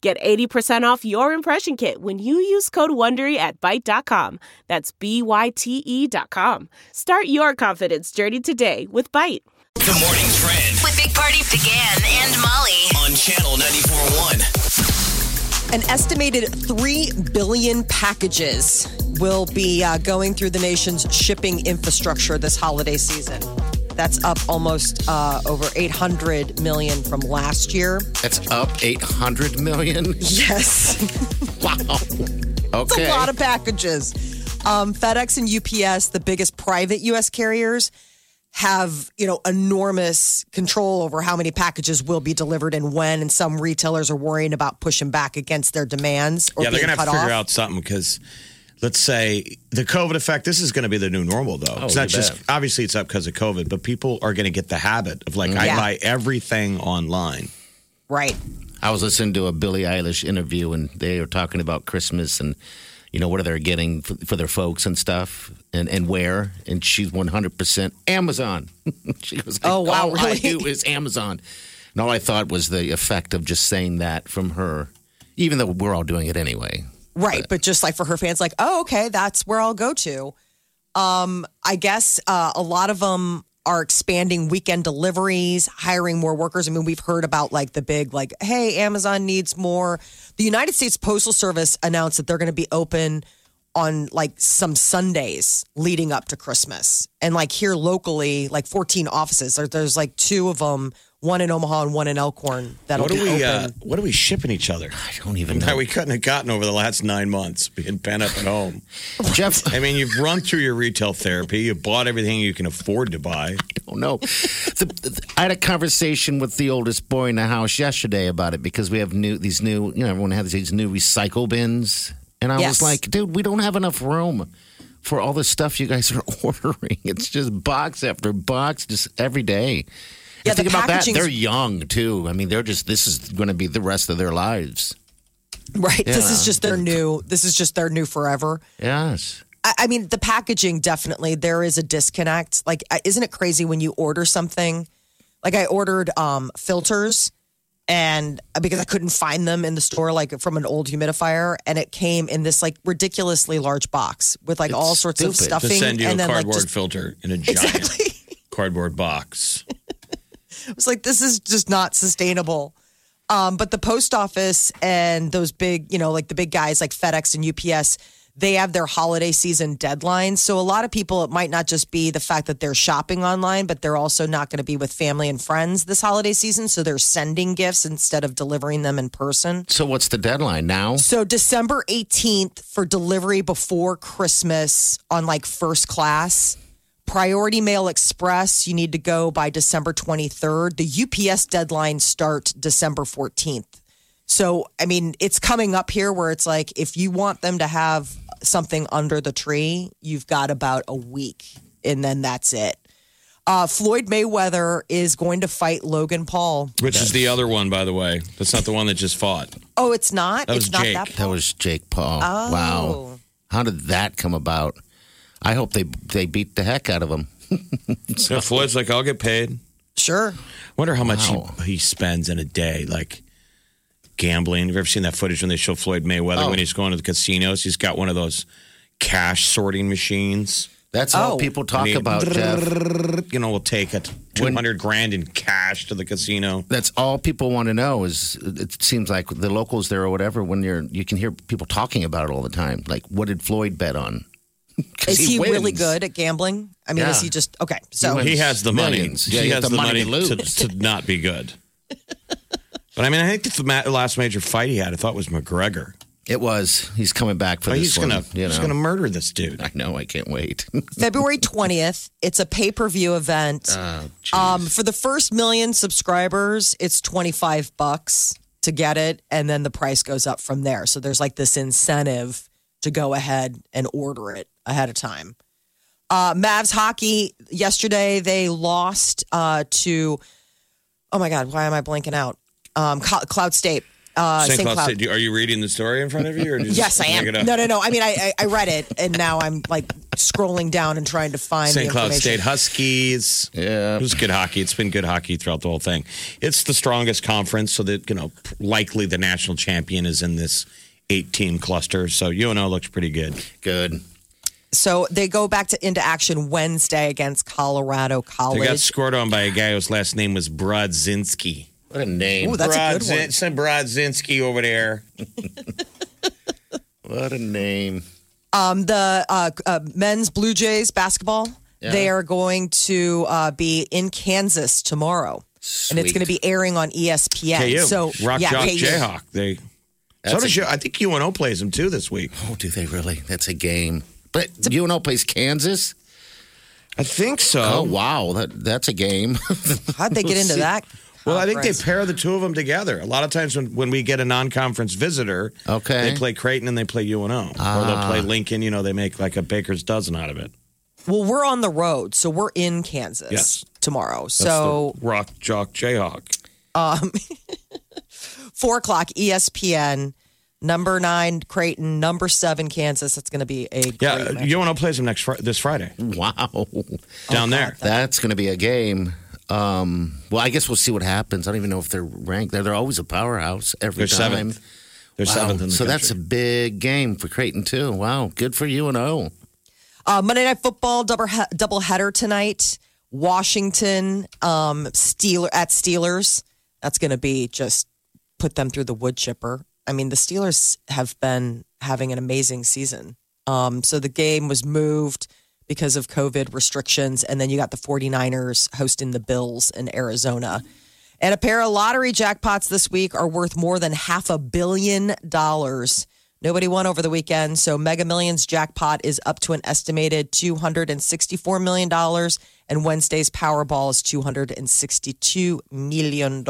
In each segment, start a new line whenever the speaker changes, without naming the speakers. Get 80% off your impression kit when you use code WONDERY at Byte.com. That's B-Y-T-E E dot com. Start your confidence journey today with Byte.
The morning trend
With Big Party began and Molly.
on channel 94.1.
An estimated 3 billion packages will be uh, going through the nation's shipping infrastructure this holiday season. That's up almost uh, over 800 million from last year.
That's up 800 million.
Yes.
Wow.
It's
Okay.
a lot of packages. Um, FedEx and UPS, the biggest private U.S. carriers, have you know enormous control over how many packages will be delivered and when. And some retailers are worrying about pushing back against their demands or
yeah, they're
being
gonna have
cut
to figure
off.
out something because let's say the COVID effect. This is going to be the new normal, though.
Oh,
it's not
you
just
bet.
obviously it's up because of COVID, but people are going to get the habit of like I
Yeah.
buy everything online.
right.
I was listening to a Billie Eilish interview, and they were talking about Christmas and you know what they're getting for, for their folks and stuff, and, and where. And she's one hundred percent Amazon. she goes,
Oh, wow,
all I
really?"
do is Amazon. And all I thought was the effect of just saying that from her, even though we're all doing it anyway.
Right, but just like for her fans, like, oh, okay, that's where I'll go to. Um, I guess uh, a lot of them are expanding weekend deliveries, hiring more workers. I mean, we've heard about like the big, like, hey, Amazon needs more. The United States Postal Service announced that they're going to be open on like some Sundays leading up to Christmas. And like here locally, like 14 offices, there, there's like two of them, one in Omaha and one in Elkhorn that'll
What
be
are
open.
we? Uh, what are we shipping each other?
I don't even
That
know.
we couldn't have gotten over the last nine months being pent up at home.
Jeff,
I mean, you've run through your retail therapy. You bought everything you can afford to buy.
don't know. Oh, The- the- I had a conversation with the oldest boy in the house yesterday about it because we have new these new you know everyone has these new recycle bins, and I was
Yes.
like, dude, we don't have enough room for all the stuff you guys are ordering. It's just box after box, just every day.
Yeah,
And think
the
about that.
packaging's-
They're young too. I mean, they're just this is going to be the rest of their lives.
Right. This
Yeah.
is just their new, this is just their new forever.
Yes.
I, I mean, the packaging definitely there is a disconnect. Like, I- isn't it crazy when you order something? Like, I ordered um, filters, and uh, because I couldn't find them in the store, like from an old humidifier, and it came in this like ridiculously large box with like all sorts of
stupid.
To
stuffing,
send you a
and then
cardboard
like just,
filter in a giant
exactly.
cardboard box.
It's like this is just not sustainable. Um, but the post office and those big, you know, like the big guys like FedEx and UPS, they have their holiday season deadlines. So a lot of people, it might not just be the fact that they're shopping online, but they're also not going to be with family and friends this holiday season. So they're sending gifts instead of delivering them in person.
So what's the deadline now?
So December 18th for delivery before Christmas on like first class. Priority Mail Express, you need to go by December 23rd. The UPS deadline start December 14th. So, I mean, it's coming up here where it's like if you want them to have something under the tree, you've got about a week and then that's it. Uh, Floyd Mayweather is going to fight Logan Paul.
Which is the other one, by the way. That's not the one that just fought.
Oh, it's not.
That
it's
was
not
Jake.
that.
That was Jake Paul.
Oh.
Wow. How did that come about? I hope they they beat the heck out of him.
So Floyd's like, I'll get paid.
Sure.
Wonder how much
Wow.
he, he spends in a day, like gambling. Have you ever seen that footage when they show Floyd Mayweather
Oh.
when he's going to the casinos? He's got one of those cash sorting machines.
That's all
Oh.
people talk
I mean,
about, Jeff.
You know, we'll take it.
When-
200 grand in cash to the casino.
That's all people want to know. Is it seems like the locals there or whatever. When you're, you can hear people talking about it all the time. Like, what did Floyd bet on? 'Cause
Is he, really
wins.
good at gambling? I mean,
Yeah.
is he just okay? So
wins.
He has the money.
Millions. Yeah,
he
you
has
have the
the, money,
money to
to, to, not be good. But I mean, I think that's the ma- last major fight he had, I thought was McGregor.
It was. He's coming back for
But
this
Oh, he's
one.
gonna,
you
he's
know.
gonna murder this dude.
I know. I can't wait.
February twentieth, it's a pay per view event. um, for the first million subscribers, it's twenty five bucks to get it, and then the price goes up from there. So there's like this incentive to go ahead and order it ahead of time. Uh, Mavs hockey yesterday they lost uh, to. Oh my God, why am I blanking out? Um, Col- Cloud State. Uh,
St. Cloud State. do you- Are you reading the story in front of you? Or just
Yes, I
make it
am.
up?
No, no, no. I mean, I, I, I read it, and now I'm like scrolling down and trying to find
St.
the
Cloud
information.
State Huskies.
Yeah.
It was good hockey. It's been good hockey throughout the whole thing. It's the strongest conference, so that, you know, likely the national champion is in this eight team cluster. So UNO looks pretty good.
Oh,
Good.
So they go back to into action Wednesday against Colorado
They got
College.
scored on by a guy whose last name was Brodzinski.
What a name.
Ooh, that's a good
Brodzi-
one.
Some Brodzinski over there.
what a name.
Um, the uh, uh, men's Blue Jays basketball. They are going to uh, be in Kansas tomorrow, and it's
Sweet.
going to be airing on E ESPN.
KU.
So
Rock
yeah,
Jock
KU.
Jayhawk. They. so
That's
does
a-
you, I think UNO plays them too this week.
Oh, do they really? That's a game. But UNO plays Kansas.
I think so.
Oh, wow, that that's a game.
How'd they get into that?
Well, I think they
conference?
pair the two of them together. A lot of times when, when we get a non conference visitor,
Okay. Ah.
they play Creighton and they play UNO. Or they'll play Lincoln, you know, they make like a baker's dozen out of it.
Well, we're on the road, so we're in Kansas
Yes.
tomorrow.
That's
so
the Rock Jock Jayhawk.
four o'clock E ESPN. Number nine Creighton, number seven Kansas. It's going to be a great
Yeah, uh,
match.
UNO plays them next fr- this Friday
Oh, wow,
down there.
that's going to be a game. Um, well, I guess we'll see what happens. I don't even know if they're ranked. They're, they're always a powerhouse every
They're
time.
seventh. They're
Wow.
seventh in the
so that's a
country.
big game for Creighton too. Wow, good for UNO.
Uh, Monday Night Football double double header tonight. Washington um, Steeler at Steelers. That's going to be just put them through the wood chipper. I mean, the Steelers have been having an amazing season. Um, so the game was moved because of COVID restrictions, and then you got the 49ers hosting the Bills in Arizona. And a pair of lottery jackpots this week are worth more than half a billion dollars. Nobody won over the weekend, so Mega Millions jackpot is up to an estimated $264 million, and Wednesday's Powerball is $262 million.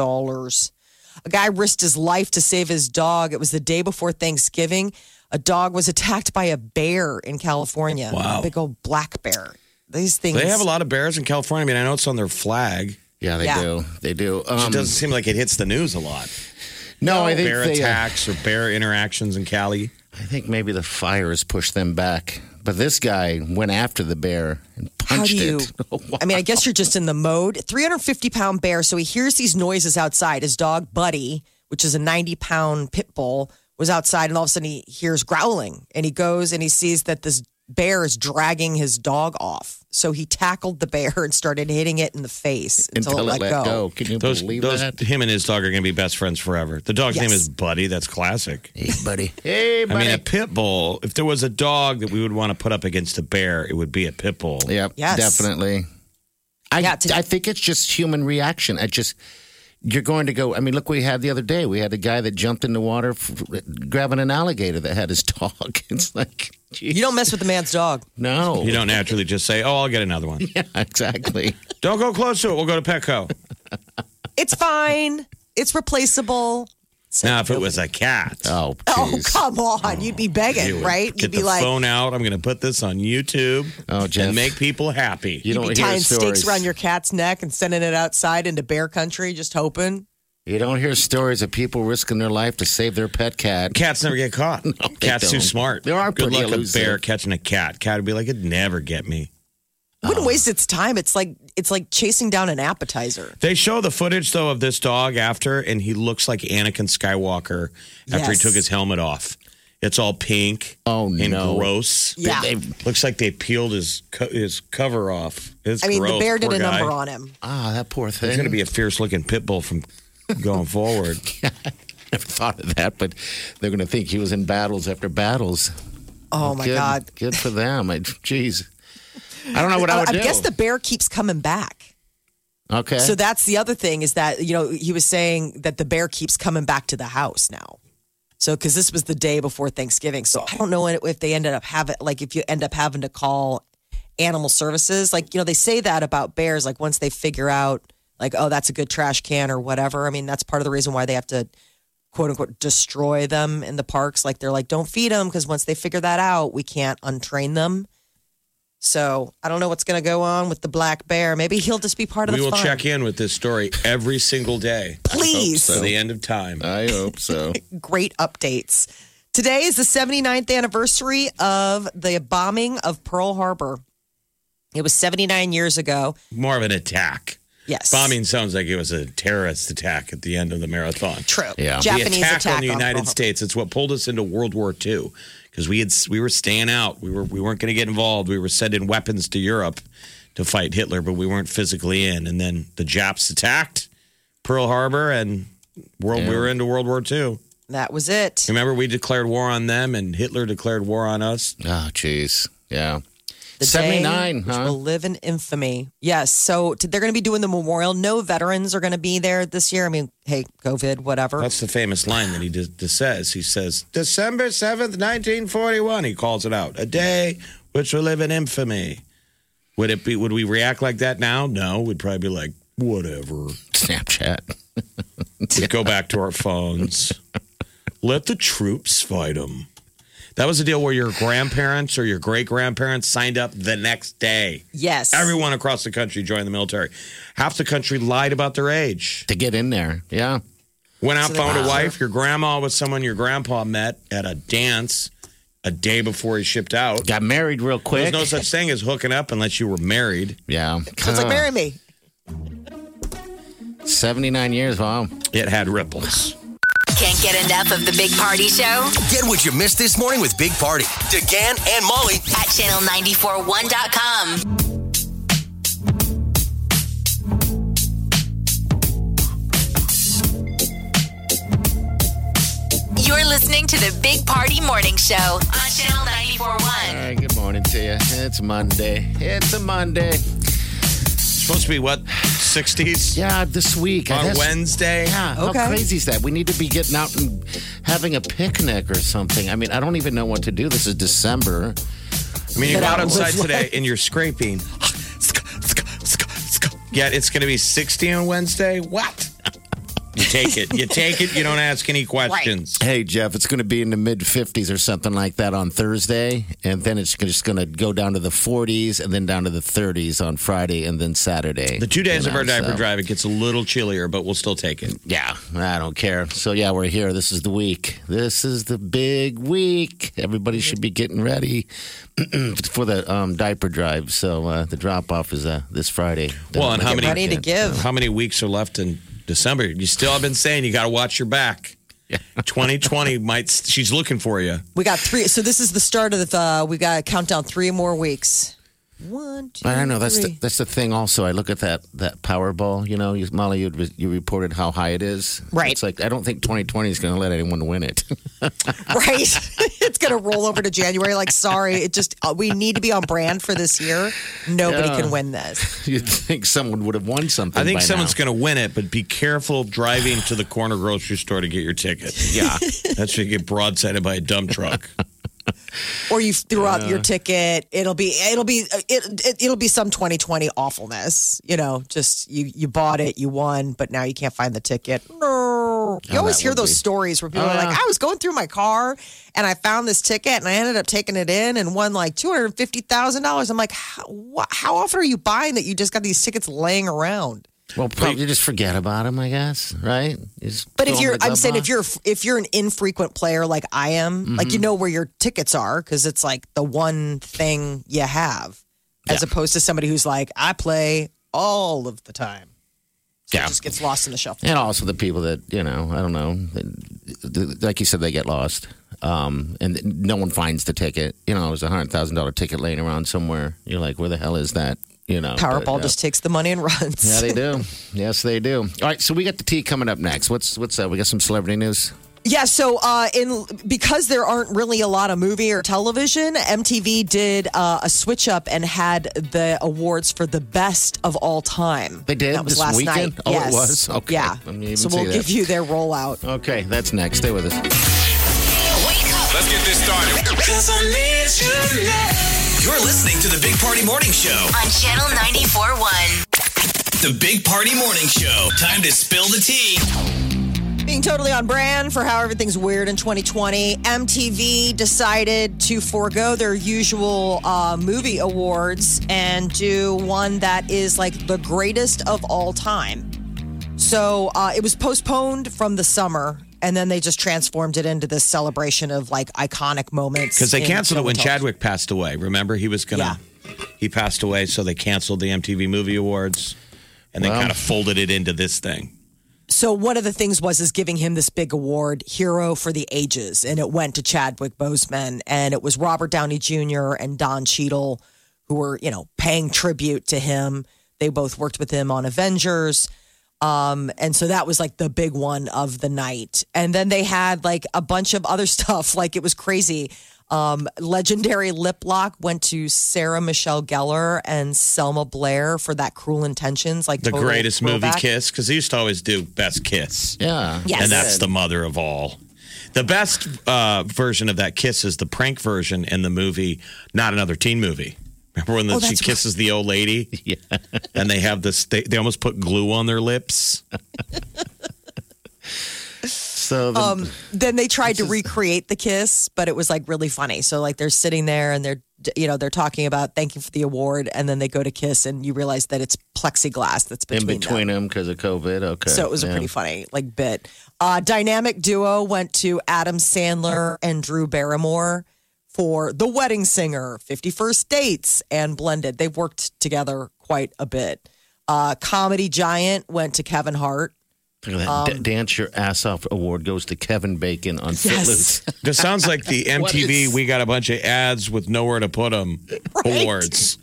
A guy risked his life to save his dog. It was the day before Thanksgiving. A dog was attacked by a bear in California.
Wow.
Big old black bear. These things.
They have a lot of bears in California. I mean, I know it's on their flag.
Yeah, they
Yeah.
do. They do.
It
Um,
doesn't seem like it hits the news a lot.
no, I think
bear
they, uh,
attacks or bear interactions in Cali.
I think maybe the fires pushed them back. But this guy went after the bear and
How
punched
do you?
it. Oh, Wow.
I mean, I guess you're just in the mode. 350 pound bear. So he hears these noises outside. His dog, Buddy, which is a 90 pound pit bull, was outside. And all of a sudden he hears growling and he goes and he sees that this bear is dragging his dog off. So he tackled the bear and started hitting it in the face until,
until
it let, go.
Can you
Those,
believe
those
that?
him and his dog are going to be best friends forever. The dog's name
Yes.
is Buddy. That's classic.
Hey, buddy. Hey,
I
buddy.
mean, a pit bull. If there was a dog that we would want to put up against a bear, it would be a pit bull.
Yep.
Yes.
Definitely. I,
Yeah, to-
I think it's just human reaction. I just, you're going to go. I mean, look, what we had the other day. We had a guy that jumped in the water f- grabbing an alligator that had his dog. It's like, geez,
You don't mess with the man's dog.
no.
You don't naturally just say, "Oh, I'll get another one."
Yeah, exactly.
Don't go close to it. We'll go to Petco.
It's fine. It's replaceable.
now, if it was a cat,
oh,
Oh,
jeez.
come on. You'd be begging,
you would
right?
Get
You'd be
the
like,
phone out. I'm going to put this on YouTube
Oh, Jeff.
and make people happy.
you don't
be
hear
tying
stories.
stakes around your cat's neck and sending it outside into bear country, just hoping.
You don't hear stories of people risking their life to save their pet cat.
Cats never get caught.
they
Cats too
don't.
smart.
They are
good
pretty
luck
elusive.
a bear catching a cat. Cat would be like, "It'd never get me."
Uh-huh.
Wouldn't waste its time. It's like it's like chasing down an appetizer.
They show the footage though of this dog after, and he looks like Anakin Skywalker after he
Yes.
took his helmet off. It's all pink.
Oh,
and
no.
gross.
Yeah.
Looks like they peeled his co- his cover off. It's
I mean, the
gross.
bear did
Poor
a number
guy.
on him.
Ah, that poor thing.
He's going to be a fierce looking pit bull from going forward.
Never thought of that, but they're going to think he was in battles after battles.
Oh my
good,
god!
Good for them. I, geez. I don't know what I
I,
would
I
do.
guess the bear keeps coming back.
okay.
So that's the other thing is that you know he was saying that the bear keeps coming back to the house now. So because this was the day before Thanksgiving, so I don't know if they ended up having like if you end up having to call animal services, like you know they say that about bears, like once they figure out like oh that's a good trash can or whatever. I mean that's part of the reason why they have to quote unquote destroy them in the parks. Like they're like, don't feed them because once they figure that out, we can't untrain them. So I don't know what's going to go on with the black bear. Maybe he'll just be part of
We
the
will
fun.
check in with this story every single day.
Please.
To the end of time.
I hope so.
great updates. Today is the 79th anniversary of the bombing of Pearl Harbor. It was 79 years ago.
More of an attack.
Yes.
Bombing sounds like it was a terrorist attack at the end of the marathon.
True.
Yeah. The
Japanese
the attack, on the
Pearl
United
Harbor.
States. It's what pulled us into World War II because we had we were staying out. We were we weren't going to get involved. We were sending weapons to Europe to fight Hitler, but we weren't physically in. And then the Japs attacked Pearl Harbor, and world we were into World War II.
That was it.
Remember, we declared war on them, and Hitler declared war on us.
Oh, jeez. Yeah.
The day
79,
which
huh?
will live in infamy. Yes. So t- they're going to be doing the memorial. No veterans are going to be there this year. I mean, hey, COVID, whatever.
That's the famous line that he just just says. He says, "December seventh, nineteen forty-one." He calls it out, a day which will live in infamy. Would it be? Would we react like that now? No, we'd probably be like, "Whatever."
Snapchat.
We'd go back to our phones. Let the troops fight them. That was a deal where your grandparents or your great grandparents signed up the next day.
yes.
Everyone across the country joined the military. Half the country lied about their age.
To get in there. Yeah.
Went out, found a wife. Your grandma was someone your grandpa met at a dance a day before he shipped out.
Got married real
There's
quick.
no such thing as hooking up unless you were married.
yeah.
So it's like, marry me.
79 years. Wow.
It had ripples.
Can't get enough of the Big Party Show
Get what you missed this morning with Big Party. DeGan and Molly.
at channel941.com. You're listening to the Big Party Morning Show on channel 941.
All right. Good morning to you. It's Monday. It's a Monday.
It's supposed to be what? 60s?
Yeah, this week. I
On
guess-
Wednesday?
Yeah,
Okay.
how crazy is that? We need to be getting out and having a picnic or something. I mean, I don't even know what to do. This is December.
I mean, you
Get
go out
out and
outside
live
today and you're scraping. Yeah, it's going to be 60 on Wednesday. What? You take it. You take it. You don't ask any questions.
Hey, Jeff, it's going to be in the mid 50s or something like that on Thursday. And then it's just going to go down to the 40s and then down to the 30s on Friday and then Saturday.
The two days
You
of our
know,
diaper
so-
drive, it gets a little chillier, but we'll still take it.
Yeah, I don't care. So, yeah, we're here. This is the week. This is the big week. Everybody should be getting ready for the um, diaper drive. So, uh, the drop off is uh, this Friday.
Well, and how many-
Money to give.
How many weeks are left in December? You still have been saying you got to watch your back. 2020 might, she's looking for you.
We got three. So this is the start of the, uh, we got to count down three more weeks. One, two,
I don't know. That's the,
three.
that's the thing. Also, I look at that that Powerball. You know, you, Molly, you re- you reported how high it is.
Right.
It's like I don't think 2020 is going to let anyone win it.
right? it's going to roll over to January. Like, sorry, it just uh, we need to be on brand for this year. Nobody
Yeah.
can win this.
You'd think someone would have won something.
I think
by
someone's
now.
going to win it, but be careful driving to the corner grocery store to get your ticket. Yeah. That's where you get broadsided by a dump truck.
Or you threw out your ticket. It'll be it'll be uh, it, it it'll be some 2020 awfulness. You know, just you you bought it, you won, but now you can't find the ticket. No, you always
Oh, that
hear
would
those
be-
stories where people
Oh,
are like,
yeah.
I was going through my car and I found this ticket and I ended up taking it in and won like two hundred fifty thousand dollars. I'm like, how, wha- how often are you buying that you just got these tickets laying around?
Well, probably just forget about him. I guess. Right. You just
But
throw
if
'em
you're,
in the
I'm saying
clubhouse.
if you're if you're an infrequent player like I am, like
Mm-hmm.
you know where your tickets are because it's like the one thing you have, as opposed to somebody who's like I play all of the time. So
Yeah.
it just gets lost in the shuffle.
and also the people that you know, I don't know, th- th- like you said, they get lost, um, and th- no one finds the ticket. You know, it was a hundred thousand dollar ticket laying around somewhere. You're like, where the hell is that? You know, but,
Powerball
uh,
just takes the money and runs.
Yeah, they do. yes, they do. All right, so we got the tea coming up next. What's what's that? We got some celebrity news.
Yeah, so uh, in because there aren't really a lot of movie or television, MTV did uh, a switch up and had the awards for the best of all time.
They did
that was
this
last
weekend?
night.
Oh, it
yes.
was? Okay.
Yeah.
I didn't even
So
see
we'll
that.
give you their rollout.
Okay, that's next. Stay with us.
Let's get this started. You're listening to the Big Party Morning Show.
on channel 941.
The Big Party Morning Show. Time to spill the tea.
being totally on brand for how everything's weird in 2020, MTV decided to forego their usual uh, movie awards and do one that is like the greatest of all time. So uh, it was postponed from the summer, and then they just transformed it into this celebration of like iconic moments.
Because they
in
canceled it
film
when
and television.
Chadwick passed away. Remember, he was gonna he passed away, so they canceled the MTV Movie Awards, and then kind of folded it into this thing.
So one of the things was is giving him this big award, Hero for the Ages, and it went to Chadwick Boseman, and it was Robert Downey Jr. and Don Cheadle who were you know paying tribute to him. They both worked with him on Avengers, um, and so that was like the big one of the night. And then they had like a bunch of other stuff, like it was crazy. Um, legendary lip lock went to Sarah Michelle Gellar and Selma Blair for that Cruel Intentions, like
The
total
greatest movie
throwback.
kiss, because they used to always do best kiss,
Yeah.
Yes.
and that's the mother of all. The best uh, version of that kiss is the prank version in the movie, not another teen movie. Remember when the,
Oh,
she
that's right.
kisses the old lady? Yeah. And they have this, they, they almost put glue on their lips.
So the,
um, then they tried to recreate the kiss, but it was like really funny. So like they're sitting there and they're you know they're talking about thank you for the award, and then they go to kiss, and you realize that it's plexiglass that's between,
in
them.
between them because of COVID. Okay.
So it was a
Yeah.
pretty funny like bit. Uh, dynamic duo went to Adam Sandler and Drew Barrymore for The Wedding Singer, 51st Dates, and Blended. They've worked together quite a bit. Uh, comedy giant went to Kevin Hart.
Look at
um,
that. D- Dance Your Ass Off award goes to Kevin Bacon on Footloose.
This sounds like the MTV. we got a bunch of ads with nowhere to put them. Awards.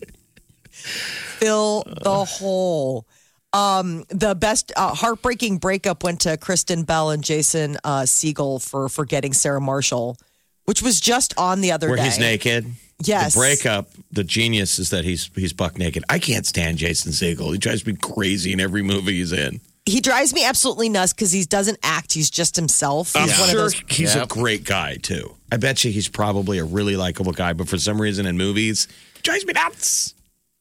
fill the hole. Um, the best uh, heartbreaking breakup went to Kristen Bell and Jason uh, Siegel for forgetting Sarah Marshall, which was just on the other
Where
day.
he's naked.
Yes.
The breakup. The genius is that he's he's buck naked. I can't stand Jason Segel. He drives me crazy in every movie he's in.
He drives me absolutely nuts because he doesn't act; he's just himself. He's one of those.
he's
Yep.
a great guy too. I bet you he's probably a really likable guy, but for some reason in movies, he drives me nuts.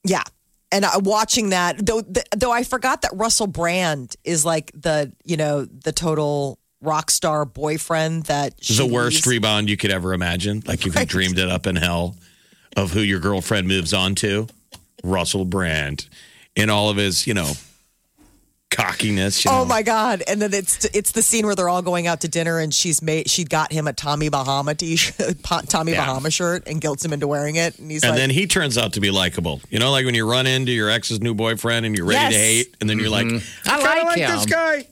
Yeah, and uh, watching that though, th- though I forgot that Russell Brand is like the you know the total rock star boyfriend that
the
she
worst
leaves.
rebound you could ever imagine. Like if you dreamed it up in hell of who your girlfriend moves on to, Russell Brand, in all of his, you know, cockiness. You
Oh
know.
my god! And then it's it's the scene where they're all going out to dinner, and she's made she got him a Tommy Bahama t Tommy
Yeah.
Bahama shirt, and guilts him into wearing it. And he's
And
like,
then he turns out to be likable. You know, like when you run into your ex's new boyfriend and you're
Yes.
ready to
Mm-hmm.
hate, and then you're like, I,
like
kind of like
him."
this guy.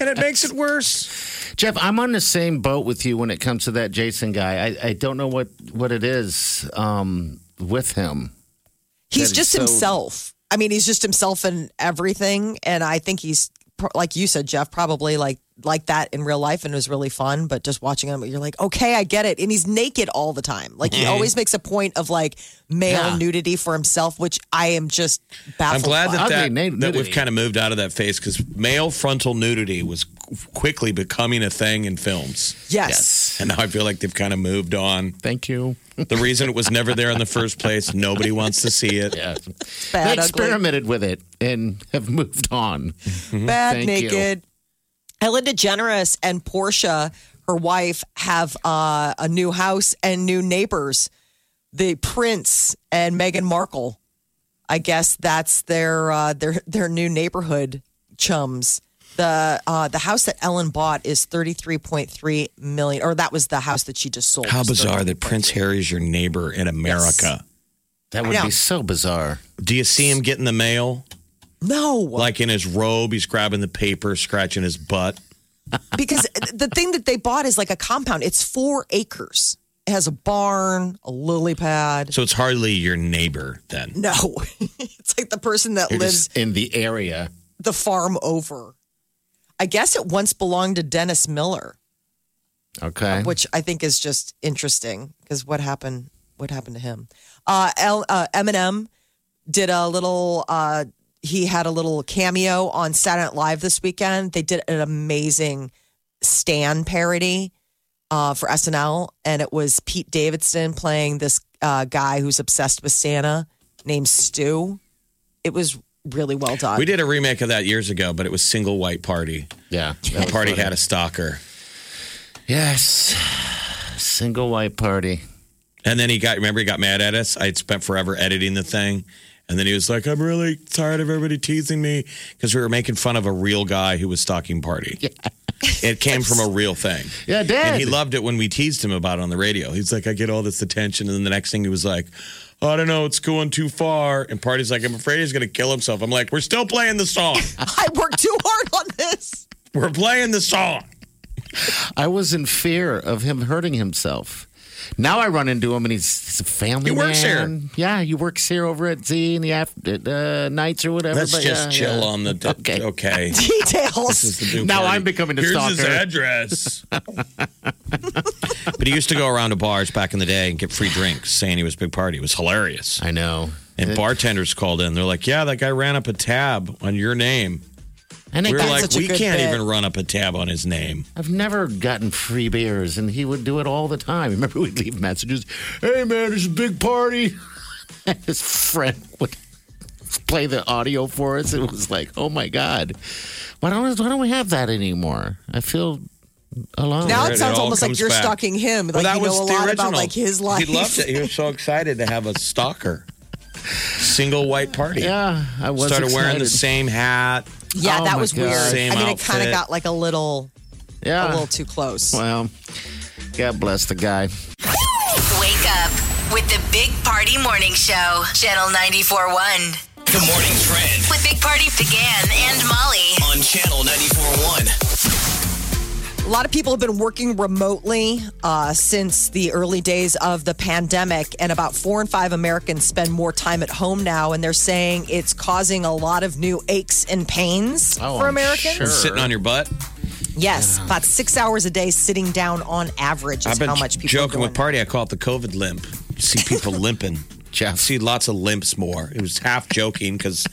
And it makes it worse.
Jeff, I'm on the same boat with you when it comes to that Jason guy. I, I don't know what, what it is um, with him.
he's
that is
just
so-
himself. I mean, he's just himself in everything, and I think he's pro- like you said, Jeff, probably like like that in real life, and it was really fun. But just watching him, you're like, okay, I get it. And he's naked all the time. Like
Mm-hmm.
he always makes a point of like male
Yeah.
nudity for himself, which I am just baffled.
I'm glad
by.
that that,
Ugly
that we've
nudity.
kind of moved out of that phase because male frontal nudity was quickly becoming a thing in films.
yes.
And now I feel like they've kind of moved on.
Thank you.
The reason it was never there in the first place, nobody wants to see it.
Yeah.
Bad,
they
ugly.
experimented with it and have moved on.
bad
Thank you.
naked. Ellen DeGeneres and Portia, her wife, have uh, a new house and new neighbors. The Prince and Meghan Markle. I guess that's their uh, their their new neighborhood chums. The uh, the house that Ellen bought is thirty three point three million, or that was the house that she just sold.
How
It was
bizarre that Prince Harry's your neighbor in America.
That would
Yeah.
be so bizarre.
Do you see him getting the mail?
No,
Like in his robe, he's grabbing the paper, scratching his butt.
because the thing that they bought is like a compound. It's four acres. It has a barn, a lily pad.
So it's hardly your neighbor then.
No, it's like the person that
You're
lives
just in the area.
the farm over. I guess it once belonged to Dennis Miller,
Okay.
which I think is just interesting because what happened? What happened to him? Uh, L, uh, Eminem did a little. Uh, he had a little cameo on Saturday Night Live this weekend. They did an amazing Stan parody uh, for SNL, and it was Pete Davidson playing this uh, guy who's obsessed with Santa named Stu. It was really well done.
We did a remake of that years ago, but it was single white party.
Yeah.
The party had a stalker.
Yes. Single white party.
And then he got, remember, he got mad at us. I'd spent forever editing the thing. And then he was like, I'm really tired of everybody teasing me because we were making fun of a real guy who was stalking party. It came from a real thing.
Yeah, it did.
And he loved it when we teased him about it on the radio. He's like, I get all this attention. And then the next thing he was like, I don't know, it's going too far. And Party's like, I'm afraid he's going to kill himself. I'm like, we're still playing the song.
I worked too hard on this.
we're playing the song.
I was in fear of him hurting himself. Now I run into him and he's, he's a family.
He works
man. here. Yeah, he works here over at Z in the after, uh, nights or whatever.
Let's
but
just
yeah,
chill
yeah.
on the.
Okay.
okay.
Details.
This is the new
Now
party.
I'm becoming a
Here's his
stalker.
address. but he used to go around to bars back in the day and get free drinks, saying he was big party. It was hilarious.
I know.
And bartenders called in. They're like, "Yeah, that guy ran up a tab on your name."
And
We were
I,
like,
such a
"We
good
can't
bit.
even run up a tab on his name."
I've never gotten free beers, and he would do it all the time. Remember, we'd leave messages. Hey, man, there's a big party. And his friend would play the audio for us. It was like, oh my god, why don't why don't we have that anymore? I feel alone.
Now
Right,
it sounds
all
almost like
comes
you're
back.
stalking him. Like
Well, that
you know
was
a
the
lot about
original.
like his life.
He loved it. He was so excited to have a stalker. Single white party.
yeah, I was
Started wearing the
excited.
same hat.
Yeah,
Oh
that
my
was
God.
weird.
Same
I mean, it kind of
outfit.
got like a little,
Yeah.
a little too close.
Well, God bless the guy.
Wake up with the Big Party Morning Show, Channel 941.
The morning trend
With Big Party began and Molly.
on channel 94.1.
A lot of people have been working remotely uh, since the early days of the pandemic, and about four and five Americans spend more time at home now, and they're saying it's causing a lot of new aches and pains
Oh,
for
I'm
Americans.
sure.
Sitting on your butt.
Yes, about six hours a day sitting down on average is
I've been
how much people are
joking
doing
with party. I call it the COVID limp. You see people limping.
Jeff.
see lots of limps more. It was half joking because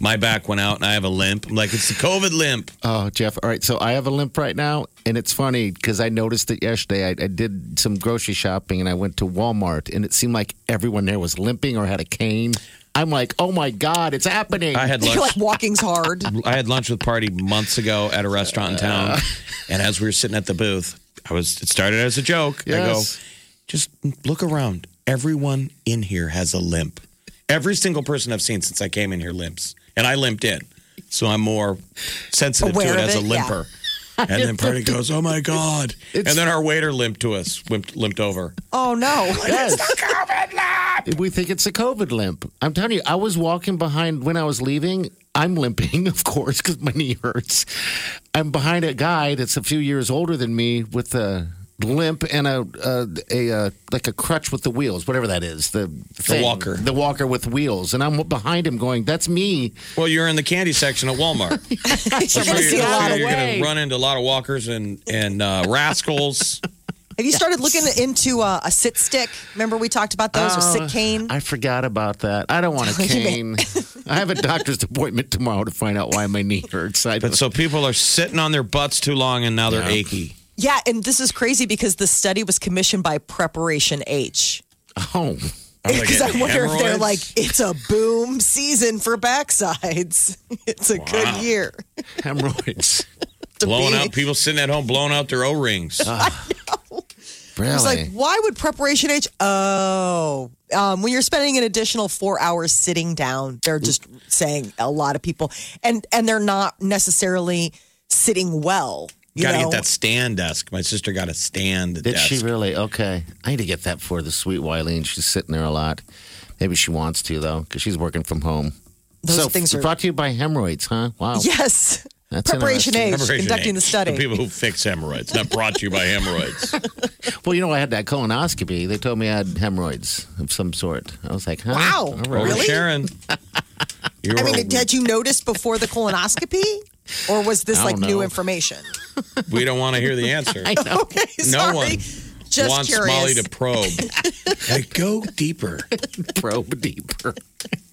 my back went out and I have a limp. I'm like, it's the COVID limp.
Oh, Jeff. All right. So I have a limp right now, and it's funny because I noticed it yesterday. I, I did some grocery shopping and I went to Walmart, and it seemed like everyone there was limping or had a cane. I'm like, oh my God, it's happening.
I had
I feel like
lunch.
walking's hard.
I had lunch with party months ago at a restaurant in town,
Uh.
and as we were sitting at the booth, I was. It started as a joke. I go,
Yes.
just look around. Everyone in here has a limp. Every single person I've seen since I came in here limps, and I limped in, so I'm more sensitive
Aware
to it
of
as a
it, yeah.
limper. And then party goes, "Oh my god!" and then our waiter limped to us, limped, limped over.
Oh no!
yes. We think it's a COVID limp. I'm telling you, I was walking behind when I was leaving. I'm limping, of course, because my knee hurts. I'm behind a guy that's a few years older than me with a limp and a a, a, uh like a crutch with the wheels, whatever that is. The, thing.
walker.
the walker with wheels, and I'm behind him going, "That's me."
Well, you're in the candy section at Walmart.
You're gonna see a lot of-
you're going
way.
to run into a lot of walkers and and uh, rascals.
Have you started looking into uh, a sit stick? Remember we talked about those or
Oh,
sit cane?
I forgot about that. I don't want a cane. I have a doctor's appointment tomorrow to find out why my knee hurts. I,
But so people are sitting on their butts too long, and now they're achy.
Yeah, and this is crazy because the study was commissioned by Preparation H.
oh,
Are they
Because I
getting
wonder if they're
hemorrhoids?
like, it's a boom season for backsides. It's a good year.
hemorrhoids.
to
blowing
be.
out people sitting at home blowing out their O rings.
Uh-huh.
Really?
It's like, why would Preparation H? Oh, um, when you're spending an additional four hours sitting down, they're just saying a lot of people, and and they're not necessarily sitting well. You
Got to
know?
get that stand desk. My sister got a stand
Did
desk.
she really? Okay. I need to get that for the sweet Wileen. She's sitting there a lot. Maybe she wants to, though, because she's working from home.
Those
so,
things are-
brought to you by hemorrhoids, huh? Wow.
Yes.
Oh. That's
Preparation H
Hemorrhoid
conducting the
aches.
study.
people who fix hemorrhoids, not brought to you by hemorrhoids.
Well, you know, I had that colonoscopy. They told me I had hemorrhoids of some sort. I was like, huh?
Wow.
All right.
Over
Really?
Sharon. You
I
were-
mean, had you noticed before the colonoscopy, or was this
I
like
don't
new
know.
information?
we don't want to hear the answer.
I know.
Okay,
No
sorry.
one
Just
wants
curious.
Molly to probe. like, go deeper.
Probe deeper.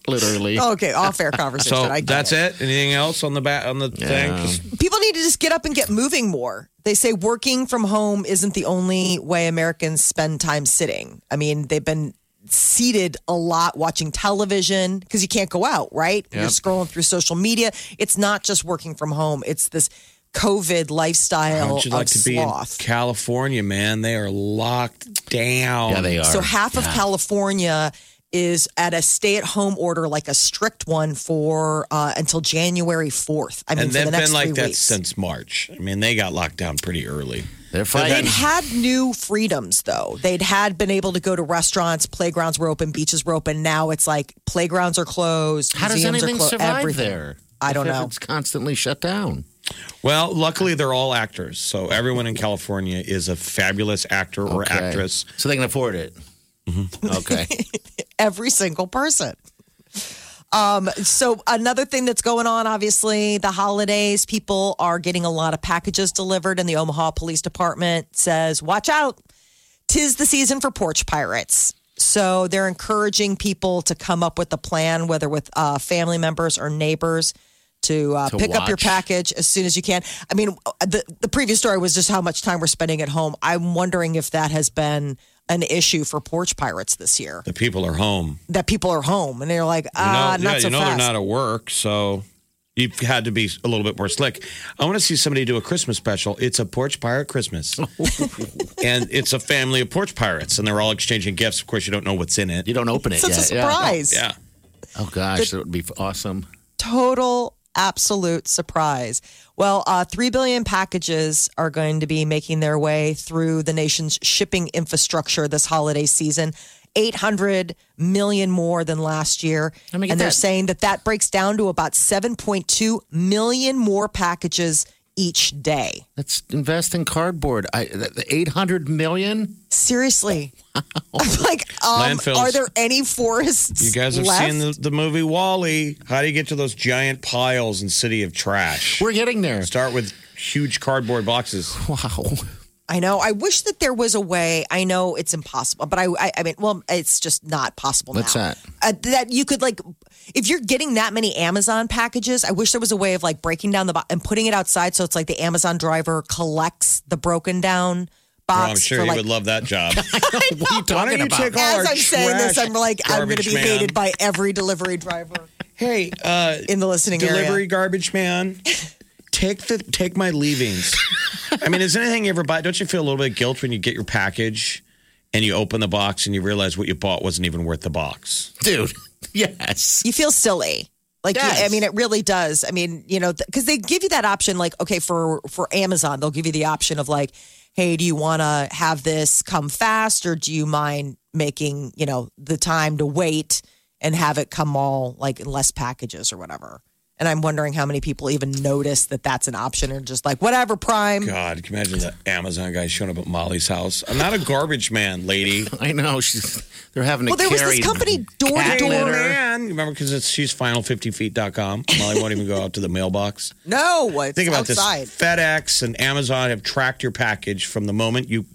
Literally.
Okay, all fair conversation.
So
I get
that's it. Anything else on the bat on the thing?
Yeah.
Just-
People need to just get up and get moving more. They say working from home isn't the only way Americans spend time sitting. I mean, they've been seated a lot watching television because you can't go out, right? You're scrolling through social media. It's not just working from home. It's this COVID lifestyle
How'd you like
of
to be in
Oh, sloth.
California, man? They are locked down.
Yeah, they are.
So half of California is at a stay-at-home order, like a strict one for uh, until January fourth. I mean,
And
for
they've
the next
been like
three
that
weeks.
since March. I mean, they got locked down pretty early.
They're
They'd
fighting.
had new freedoms though. They'd had been able to go to restaurants, playgrounds were open, beaches were open. Now it's like playgrounds are closed,
How does
museums
anything
are closed.
survive
everything.
there?
I don't
If
know.
It's constantly shut down.
Well, luckily they're all actors, so everyone in California is a fabulous actor or
Okay.
actress.
So they can afford it. Okay.
Every single person. Um, so another thing that's going on, obviously, the holidays, people are getting a lot of packages delivered, and the Omaha Police Department says, watch out. Tis the season for porch pirates. So they're encouraging people to come up with a plan, whether with uh, family members or neighbors, to, uh,
To
pick up your
watch.
package as soon as you can. I mean, uh, the, the previous story was just how much time we're spending at home. I'm wondering if that has been an issue for porch pirates this year
The people are home.
that people are home and they're like,
You know,
ah, not
yeah,
so
you know
fast.
they're Uh, not at work, so you've had to be a little bit more slick. I want to see somebody do a Christmas special. It's a porch pirate Christmas, and it's a family of porch pirates, and they're all exchanging gifts. Of course, you don't know what's in it.
You don't open it
Such
yet.
a surprise.
Yeah,
Yeah. Oh gosh, that would be awesome.
Total absolute surprise. Well, uh, 3 billion packages are going to be making their way through the nation's shipping infrastructure this holiday season. 800 million more than last year.
Let me
And
get
they're
that.
saying that that breaks down to about 7.2 million more packages each day.
Let's invest in cardboard. I eight hundred million.
Seriously. I'm like, um,
Landfills.
are there any forests?
you guys have
left?
seen the, the movie Wally. How do you get to those giant piles in City of Trash?
We're getting there.
Start with huge cardboard boxes.
Wow.
I know. I wish that there was a way. I know it's impossible, but I, I, I mean, well, it's just not possible.
What's
now.
that?
Uh, that you could like, if you're getting that many Amazon packages, I wish there was a way of like breaking down the box and putting it outside, so it's like the Amazon driver collects the broken down
Oh,
box.
I'm sure
for,
you
like,
would love that job.
What are you
Why
talking
don't you
about?
take all
As
our
I'm saying this,
trash,
I'm like, I'm going to
garbage
be
man.
hated by every delivery driver
Hey, uh,
in the listening
delivery
area.
garbage man, take the take my leavings. I mean, is anything you ever buy? Don't you feel a little bit of guilt when you get your package and you open the box and you realize what you bought wasn't even worth the box?
Dude. Yes.
You feel silly. Like, you-
Yes.
I mean, it really does. I mean, you know, because they give you that option, like, okay, for for Amazon, they'll give you the option of like, hey, do you want to have this come fast, or do you mind making, you know, the time to wait and have it come all like in less packages or whatever? And I'm wondering how many people even notice that that's an option, or just like, whatever, Prime.
God, can you imagine the Amazon guy showing up at Molly's house? I'm not a garbage man, lady.
I know. She's they're having to
Well, there was this
carry
company, Door to
cat
Door.
litter.
Man, you remember because it's she's final50feet.com. Molly won't even go out to the mailbox.
No, it's
Think about
outside.
this. FedEx and Amazon have tracked your package from the moment you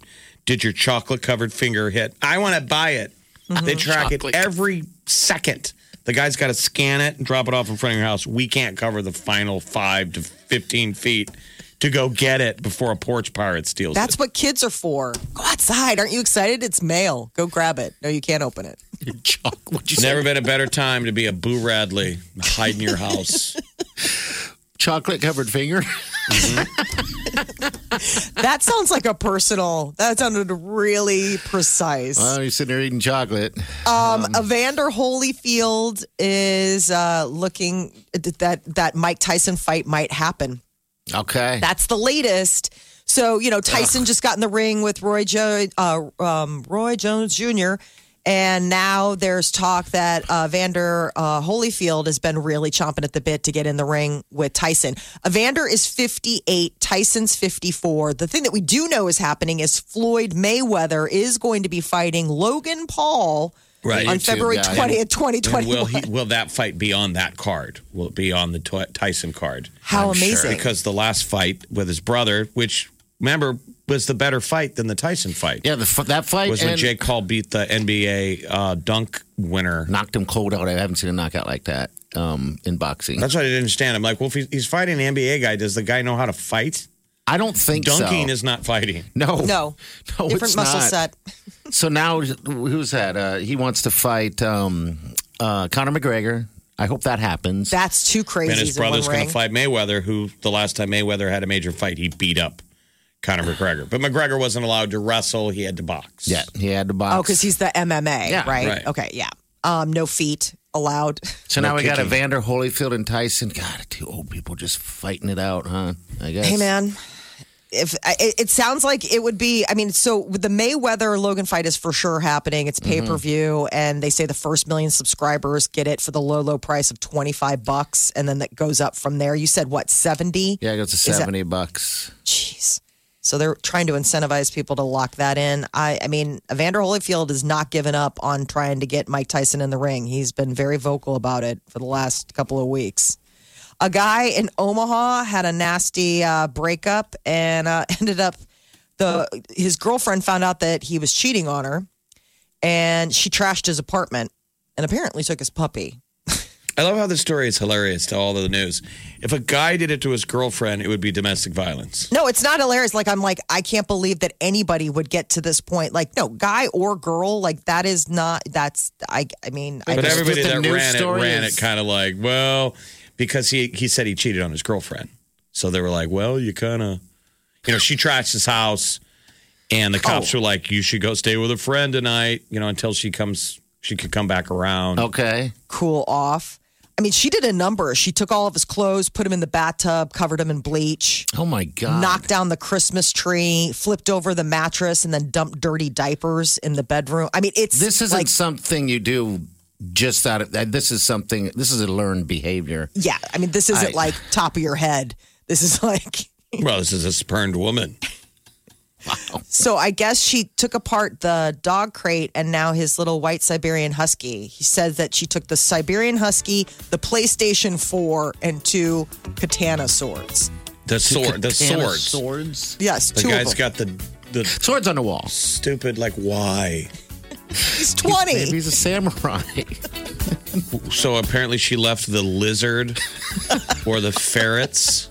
did your chocolate covered finger hit. I want to buy it.
Mm-hmm.
They track
Chocolate.
it every second. The guy's got to scan it and drop it off in front of your house. We can't cover the final five to 15 feet to go get it before a porch pirate steals
That's
it.
what kids are for. Go outside. Aren't you excited? It's mail. Go grab it. No, you can't open it.
Chocolate. What'd you say?
Never been a better time to be a Boo Radley, hide in your house.
chocolate covered finger.
That sounds like a personal. That sounded really precise.
oh, you're sitting there eating chocolate.
um, Evander Holyfield is uh, looking that that Mike Tyson fight might happen.
Okay.
That's the latest. So you know, Tyson just got in the ring with Roy jo- uh, um, Roy Jones Jr. And now there's talk that uh, Vander uh, Holyfield has been really chomping at the bit to get in the ring with Tyson. Evander is 58, Tyson's 54. The thing that we do know is happening is Floyd Mayweather is going to be fighting Logan Paul
Right.
on
YouTube
February
guy.
20th,
And
2021.
will, he, will that fight be on that card? Will it be on the Ty- Tyson card?
How
I'm sure.
amazing!
because the last fight with his brother, which remember was the better fight than the Tyson fight,
yeah, the, f- that fight
was when
and-
Jake Paul beat the NBA uh, dunk winner.
knocked him cold out. I haven't seen a knockout like that um, in boxing.
That's what I didn't understand. I'm like, well, if he's- he's fighting an NBA guy, does the guy know how to fight?
I don't think
Dunking
so.
is not fighting.
no,
No,
no,
different
it's
muscle
not.
set.
So now, who's that? Uh, he wants to fight um, uh, Conor McGregor. I hope that happens.
That's two
And
crazies
his
in one
brother's going
ring.
to fight Mayweather, who the last time Mayweather had a major fight, he beat up Conor McGregor. But McGregor wasn't allowed to wrestle; he had to box.
yeah, he had to box.
Oh, because he's the MMA,
Yeah,
right?
right.
Okay, yeah. Um, no feet allowed.
so now
no
we got
kicking.
Evander Holyfield and Tyson. God, two old people just fighting it out, huh? I guess.
Hey, man. If I- it, it sounds like it would be, I mean, so with the Mayweather Logan fight is for sure happening. It's pay per view, and they say the first million subscribers get it for the low, low price of twenty five bucks, and then that goes up from there. You said what seventy?
Yeah, it goes to
that-
seventy bucks.
Jeez. So they're trying to incentivize people to lock that in. I, I mean, Evander Holyfield has not given up on trying to get Mike Tyson in the ring. He's been very vocal about it for the last couple of weeks. A guy in Omaha had a nasty uh, breakup and uh, ended up the his girlfriend found out that he was cheating on her, and she trashed his apartment and apparently took his puppy.
I love how this story is hilarious to all of the news. If a guy did it to his girlfriend, it would be domestic violence.
No, it's not hilarious. Like I'm like, I can't believe that anybody would get to this point. Like, no, guy or girl, like that is not. That's I. I mean, I
But
just,
everybody
the
that
news
ran it
story
ran
is-
it kind of like, well, because he he said he cheated on his girlfriend, so they were like, well, you kind of, you know, she trashed his house, and the cops were like, you should go stay with a friend tonight, you know, until she comes, she could come back around.
Oh. Okay.
cool off. I mean, she did a number. She took all of his clothes, put him in the bathtub, covered him in bleach,
Oh my God.
knocked down the Christmas tree, flipped over the mattress, and then dumped dirty diapers in the bedroom. I mean, it's
this isn't
like,
something you do just out of. uh, This is something. This is a learned behavior.
yeah. I mean, this isn't
I-
like top of your head. This is like.
Well, this is a spurned woman.
So I guess she took apart the dog crate and now his little white Siberian husky. He says that she took the Siberian husky, the PlayStation 4, and two katana swords.
The sword, the
Katana
swords.
swords,
Yes,
The
two of
guy's
them.
got the the
swords on the wall.
stupid like why.
He's
Maybe
20.
he's a samurai.
So apparently she left the lizard or the ferrets.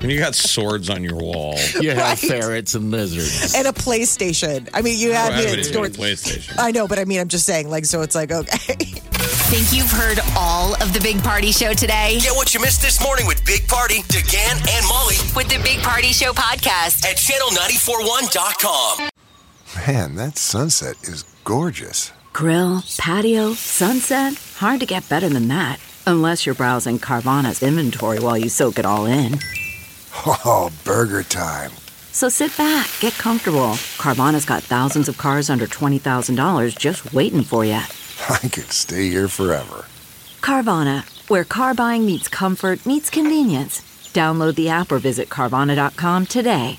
And you got swords on your wall.
you have
Right.
ferrets and lizards.
And a PlayStation. I mean, you had
Right,
me
but
at
it's
store-
on PlayStation.
I know, but I mean, I'm just saying, like, so it's like, okay.
Think you've heard all of the Big Party Show today?
Get what you missed this morning with Big Party, DeGan and Molly
With the Big Party Show podcast.
at channel941.com.
Man, that sunset is gorgeous.
Grill, patio, sunset. Hard to get better than that. Unless you're browsing Carvana's inventory while you soak it all in.
Oh, burger time.
So sit back, get comfortable. Carvana's got thousands of cars under $20,000 just waiting for you.
I could stay here forever.
Carvana, where car buying meets comfort, meets convenience. Download the app or visit Carvana.com today.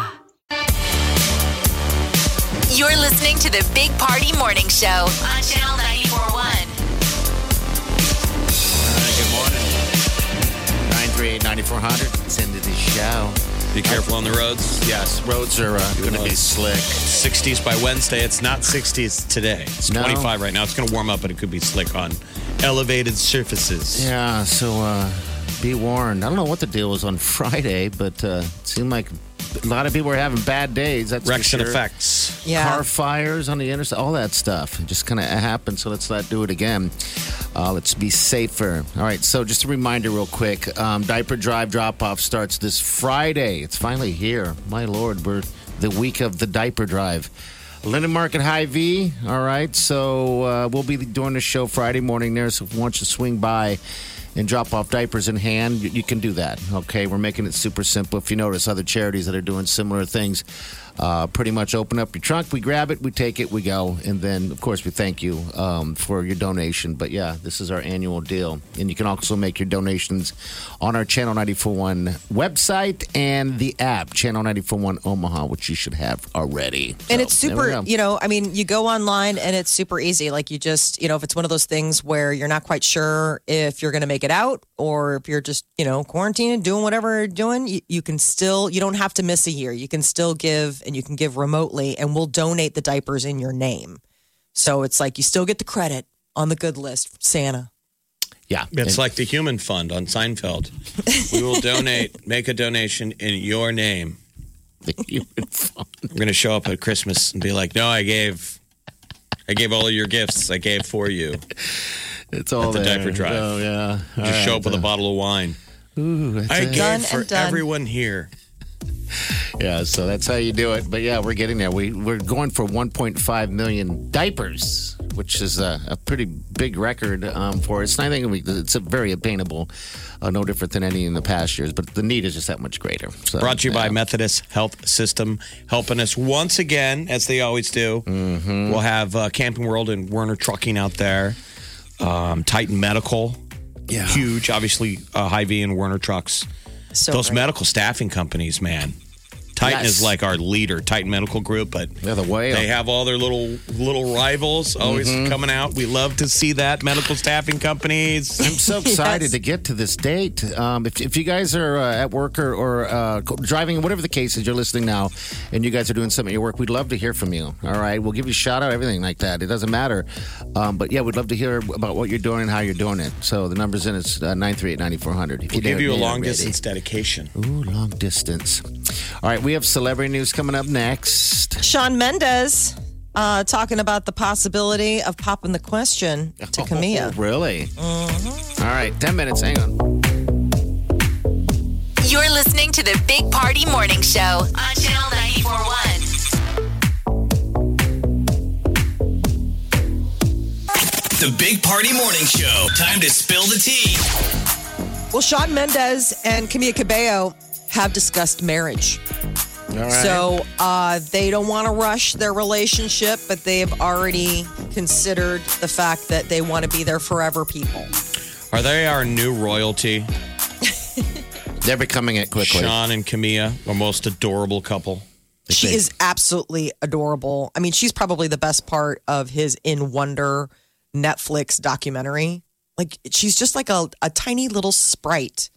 You're listening to the Big Party Morning Show on Channel 941.
good morning. 938 9400. It's into the show.
Be careful on the roads.
Yes, roads are uh, going to be
luck.
slick.
60s by Wednesday. It's not 60s today. It's
No.
25 right now. It's going to warm up and it could be slick on elevated surfaces.
Yeah, so uh, be warned. I don't know what the deal was on Friday, but uh, it seemed like a lot of people were having bad days. That's for
Wrecks and
sure.
effects.
Yeah.
Car fires on the interstate, all that stuff. It just kind of happened, so let's not do it again. Uh, let's be safer. All right, so just a reminder, real quick um, diaper drive drop off starts this Friday. It's finally here. My Lord, we're the week of the diaper drive. Linden Market High V. All right, so uh, we'll be doing a show Friday morning there. So if you want to swing by and drop off diapers in hand, you, you can do that. Okay, we're making it super simple. If you notice other charities that are doing similar things, uh, pretty much open up your trunk. We grab it, we take it, we go. And then, of course, we thank you um, for your donation. But yeah, this is our annual deal. And you can also make your donations on our Channel 941 website and the app, Channel 941 Omaha, which you should have already.
And
So,
it's
there we
super, e-,
go.
you know, I mean, you go online and it's super easy. Like you just, you know, if it's one of those things where you're not quite sure if you're going to make it out or if you're just, you know, quarantining, doing whatever you're doing, you, you can still, you don't have to miss a year. You can still give and you can give remotely and we'll donate the diapers in your name. So it's like you still get the credit on the good list, from Santa.
Yeah.
It's like the human fund on Seinfeld. We will donate, make a donation in your name. We're going to show up at Christmas and be like, "No, I gave I gave all of your gifts. I gave for you."
It's all
At the
there.
diaper drive.
Oh, yeah. All
Just show
right. uh,
up with a bottle of wine. I gave
Done
for
and done.
everyone here.
Yeah, so that's how you do it. But yeah, we're getting there. We we're going for 1.5 million diapers, which is a, a pretty big record um, for us. And I think we, it's a very attainable, uh, no different than any in the past years. But the need is just that much greater. So,
Brought to you by
yeah.
Methodist Health System, helping us once again, as they always do. We'll have uh, Camping World and Werner Trucking out there. Um, Titan Medical,
Yeah.
huge, obviously. Uh, Hy-Vee and Werner Trucks,
So
those
great.
medical staffing companies, man. Titan
Yes.
is like our leader, Titan Medical Group, but
They're the whale.
they have all their little little rivals always coming out. We love to see that medical staffing companies.
I'm so excited
Yes.
to get to this date. Um, if, if you guys are uh, at work or, or uh, co- driving, whatever the case is, you're listening now and you guys are doing something at your work, we'd love to hear from you. All right. We'll give you a shout out, everything like that. It doesn't matter. Um, but yeah, we'd love to hear about what you're doing and how you're doing it. So the number's in uh, is 938 9400.
We'll give you a long distance dedication.
Ooh, long distance. All right. We have celebrity news coming up next.
Sean Mendez uh, talking about the possibility of popping the question to Camilla.
Oh, really?
Mm-hmm.
All right. 10 minutes. Hang on.
You're listening to the Big Party Morning Show on Channel 941.
The Big Party Morning Show. Time to spill the tea.
Well, Sean Mendez and Camila Cabello have discussed marriage.
All right.
So uh, they don't want to rush their relationship, but they have already considered the fact that they want to be their forever people.
Are they our new royalty?
they're becoming it quickly.
Sean and Camilla, our most adorable couple.
She is absolutely adorable. I mean, she's probably the best part of his In Wonder Netflix documentary. Like, she's just like a, a tiny little sprite.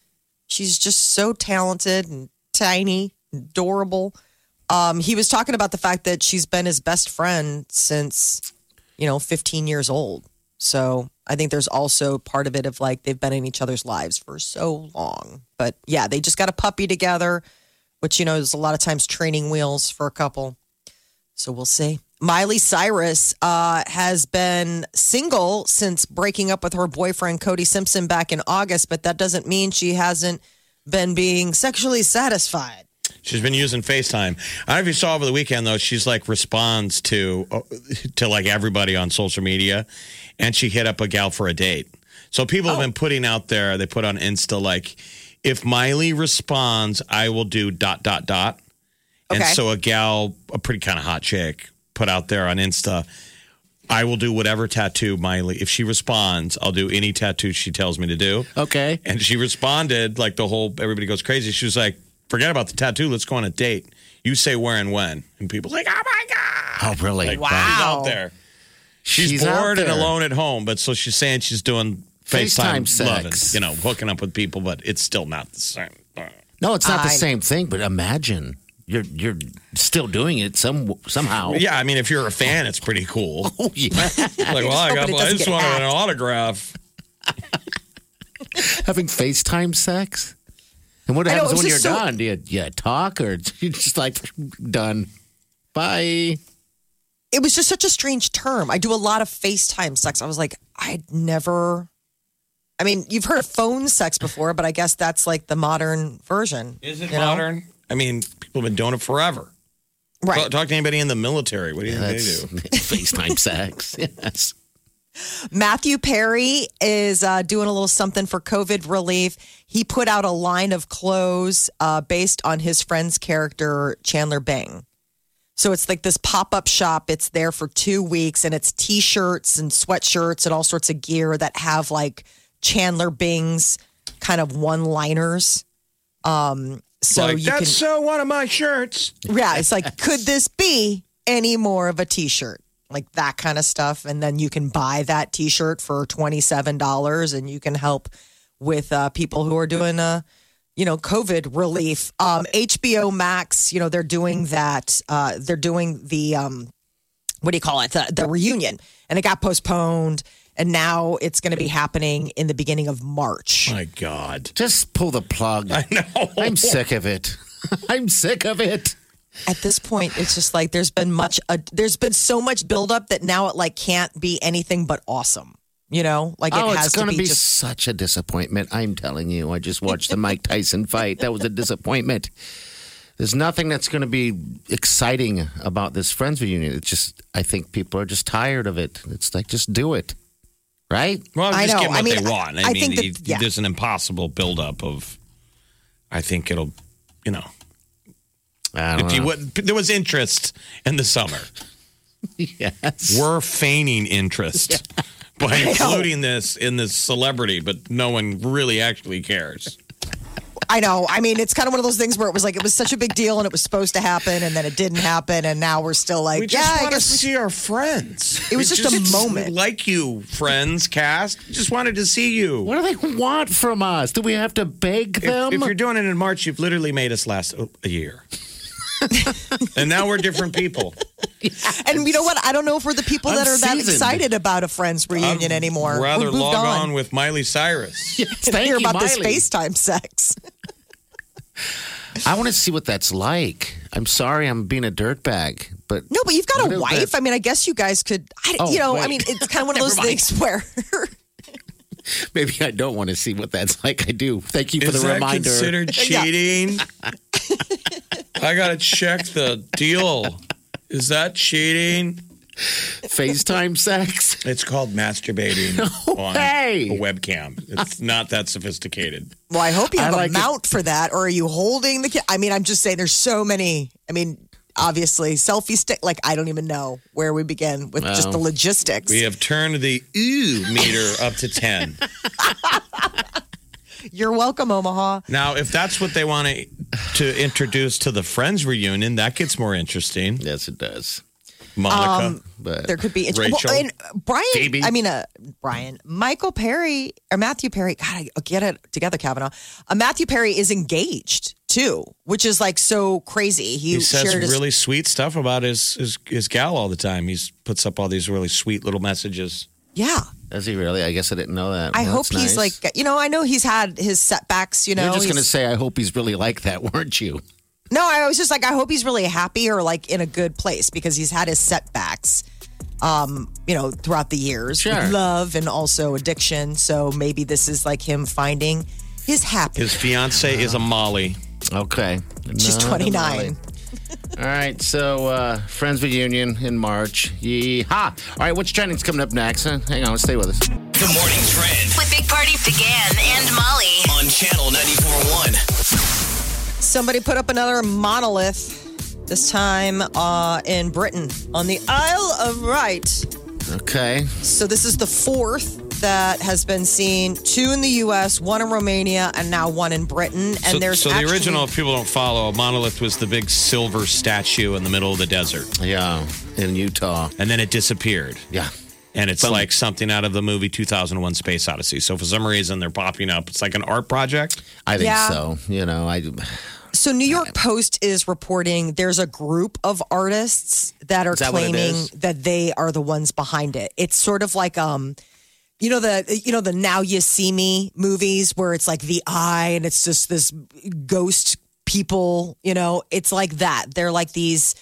She's just so talented and tiny, adorable. Um, he was talking about the fact that she's been his best friend since, you know, 15 years old. So I think there's also part of it of like they've been in each other's lives for so long. But yeah, they just got a puppy together, which, you know, is a lot of times training wheels for a couple. So we'll see. Miley Cyrus uh, has been single since breaking up with her boyfriend Cody Simpson back in August, but that doesn't mean she hasn't been being sexually satisfied.
She's been using FaceTime. I don't know if you saw over the weekend though. She's like responds to uh, to like everybody on social media, and she hit up a gal for a date. So people have been putting out there. They put on Insta like, if Miley responds, I will do dot dot dot. And
Okay.
so a gal, a pretty kind of hot chick, put out there on Insta, I will do whatever tattoo Miley. If she responds, I'll do any tattoo she tells me to do.
Okay.
And she responded like the whole everybody goes crazy. She was like, "Forget about the tattoo. Let's go on a date. You say where and when." And people like, "Oh my god!"
Oh, really?
Like, She's out there. She's,
out
bored and
there.
alone at home, but so she's saying she's doing
FaceTime
FaceTime,
sex.
loving, you know, hooking up with people, but it's still not the same.
No, it's not the
I-
same thing. But imagine you're you're still doing it some somehow.
Yeah, I mean, if you're a fan, it's pretty cool.
Oh, yeah.
Like, well, I, got,
it
I
doesn't
just
get
wanted an
hacked.
autograph.
Having FaceTime sex. And what
I know,
happens
it was
when you're
just so-
done? Do you, you talk or you just like done? Bye.
It was just such a strange term. I do a lot of FaceTime sex. I was like, I'd never. I mean, you've heard of phone sex before, but I guess that's like the modern version.
Is it
you know?
modern? I mean, people have been doing it forever.
Right.
Talk, talk to anybody in the military. What do you think they
That's
do?
FaceTime sex. Yes.
Matthew Perry is uh, doing a little something for COVID relief. He put out a line of clothes uh, based on his friend's character, Chandler Bing. So it's like this pop up shop. It's there for two weeks and it's t shirts and sweatshirts and all sorts of gear that have like Chandler Bing's kind of one liners. Um, so
like,
you
that's
can,
so one of my shirts.
yeah, it's like, could this be any more of a t shirt? Like that kind of stuff. And then you can buy that t shirt for $27 and you can help with uh, people who are doing, uh, you know, COVID relief. Um, HBO Max, you know, they're doing that. Uh, they're doing the, um, what do you call it? The, the reunion. And it got postponed. And now it's going to be happening in the beginning of March.
My God.
Just pull the plug. I know. I'm sick of it. I'm sick of it.
at this point it's just like there's been much uh, there's been so much buildup that now it like can't be anything but awesome you know like it
oh,
has
it's going
to be,
be,
just
such a disappointment. I'm telling you. I just watched the Mike Tyson fight. That was a disappointment. There's nothing that's going to be exciting about this Friends reunion. It's just, I think people are just tired of it. It's like, just do it. Right?
Well,
I
just
know.
give them what
I mean,
they want. I,
I
mean,
think that-
you-
yeah.
there's an impossible buildup of. I think it'll, you know,
I don't
if you
know.
would, there was interest in the summer.
Yes.
We're feigning interest by including this in this celebrity, but no one really actually cares.
i know i mean it's kind of one of those things where it was like it was such a big deal and it was supposed to happen and then it didn't happen and now we're still like
We just
yeah i
want to
guess we
see our friends.
It was
We
just a moment.
we Like you, friends, cast. Just wanted to see you.
What do they want from us? Do we have to beg
If,
them?
if you're doing it in March, you've literally made us last oh, a year. and now we're different people.
and you know what i don't know if we're the people that are that
Unseasoned.
excited about a friends reunion anymore
Rather
We've moved
log on.
on,
with Miley Cyrus.
Yes,
and
thank
hear
you,
about this
Miley.
facetime sex
I want to see what that's like. I'm sorry I'm being a dirtbag, but
no but you've got
What
a
is
wife
that?
i mean i guess you guys could I,
Oh,
you know i
wait.
mean it's kind of one of those
Never mind.
things where
maybe I don't want to see what that's like. I do. Thank you for
Is
the
that
reminder.
considered cheating? I gotta check the deal. Is that cheating?
FaceTime sex.
It's called masturbating on
way.
a webcam. It's not that sophisticated.
Well, I hope you
I
have
like
a
it.
mount for that, or are you holding the? Ki- I mean, I'm just saying, there's so many. I mean, obviously, selfie stick. Like, I don't even know where we begin with just the logistics.
We have turned the ooh meter up to 10.
You're welcome, Omaha.
Now, if that's what they want to, to introduce to the Friends reunion, that gets more interesting.
Yes, it does.
Monica.
But
There could be inter-
Rachel.
Well, and Brian.
Phoebe.
I mean, uh, Brian Michael Perry or Matthew Perry. God, I oh, get it together, Kavanaugh. Uh, Matthew Perry is engaged too, which is like so crazy. He,
he says
shared his-
really sweet stuff about his, his his gal all the time. He puts up all these really sweet little messages.
yeah.
does he really? I guess I didn't know that.
I
Well,
hope
that's
he's
nice.
like you know. I know he's had his setbacks. You know,
You're just
he's-
gonna say, I hope he's really like that, weren't you?
No, I was just like, I hope he's really happy or like in a good place because he's had his setbacks, um, you know, throughout the years
Sure.
with love and also addiction. So maybe this is like him finding his happy.
His fiance is a Molly.
Okay.
She's
Another
29.
Molly. All right, so uh, Friends Reunion in March. Yeehaw. All right, what's trending's coming up next? Huh? Hang on, stay with us.
The morning trend
With Big Party began and Molly.
on channel 94.1.
Somebody put up another monolith, this time uh, in Britain on the Isle of Wight.
Okay.
So this is the fourth that has been seen two in the U.S., one in Romania, and now one in Britain. And
So,
there's
so
actually-
the original, if people don't follow, a monolith was the big silver statue in the middle of the desert,
Yeah, in Utah.
and then it disappeared.
Yeah.
And it's like something out of the movie 2001: Space Odyssey. So for some reason, they're popping up. It's like an art project.
I think
Yeah.
so. You know, I
So New York Post is reporting there's a group of artists that are
Is that what it
claiming
is?
that they are the ones behind it. It's sort of like um you know the you know the Now You See Me movies where it's like the eye and it's just this ghost people, you know, it's like that. They're like these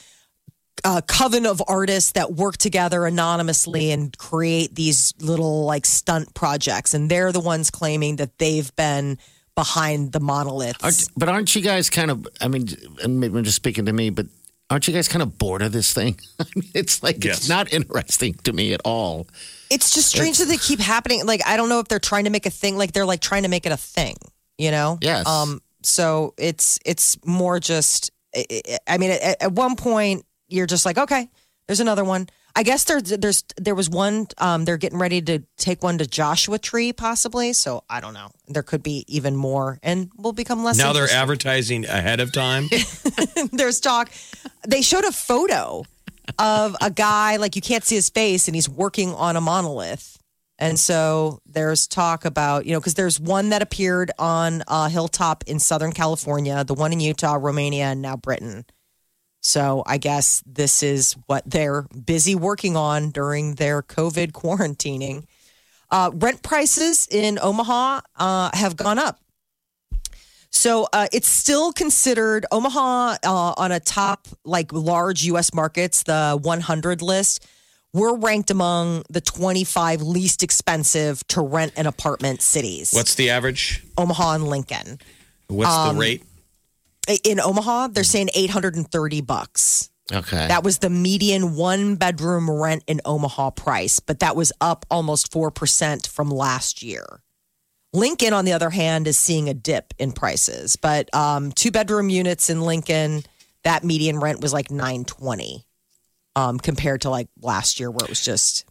uh, coven of artists that work together anonymously and create these little like stunt projects, and they're the ones claiming that they've been behind the monoliths.
aren't, but aren't you guys kind of? I mean, and maybe I'm just speaking to me, but aren't you guys kind of bored of this thing? I mean, it's like
Yes.
it's not interesting to me at all.
It's just strange that they keep happening. Like I don't know if they're trying to make a thing. Like they're like trying to make it a thing. You know?
Yes.
Um. So it's it's more just. I- I I mean, at, at one point, you're just like, okay, there's another one. I guess there's there's there was one. Um, they're getting ready to take one to Joshua Tree, possibly. So I don't know. There could be even more, and will become less.
Now they're
interesting.
advertising ahead of time.
there's talk. They showed a photo of a guy like you can't see his face, and he's working on a monolith. And so there's talk about you know because there's one that appeared on a hilltop in Southern California, the one in Utah, Romania, and now Britain. So I guess this is what they're busy working on during their COVID quarantining. Uh, rent prices in Omaha uh, have gone up. So uh, it's still considered Omaha uh, on a top, like large U.S. markets, the 100 list. We're ranked among the 25 least expensive to rent an apartment cities.
What's the average?
Omaha and Lincoln?
What's
Um,
the rate?
In Omaha, they're saying 830 bucks.
Okay.
That was the median one bedroom rent in Omaha price, but that was up almost 4% from last year. Lincoln, on the other hand, is seeing a dip in prices, but um, two bedroom units in Lincoln, that median rent was like 920 um, compared to like last year where it was just.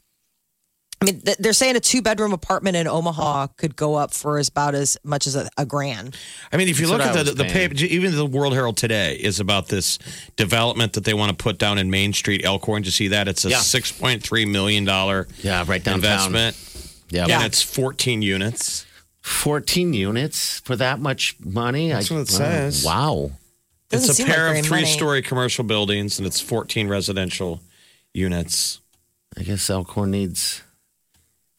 I mean, th- they're saying a two bedroom apartment in Omaha could go up for as about as much as a, a grand.
I mean, if you
That's what
look at
I
the,
was
the
paying.
paper, even the World Herald today is about this development that they want to put down in Main Street, Elkhorn. Did you see that? It's a
Yeah.
$6.3 million
yeah, right downtown.
investment,
Yeah.
and it's 14 units.
14 units for that much money.
That's
I-
what it says.
Wow.
Doesn't
it's a
seem
pair
like
of
very
three
many.
story commercial buildings, and it's 14 residential units.
I guess Elkhorn needs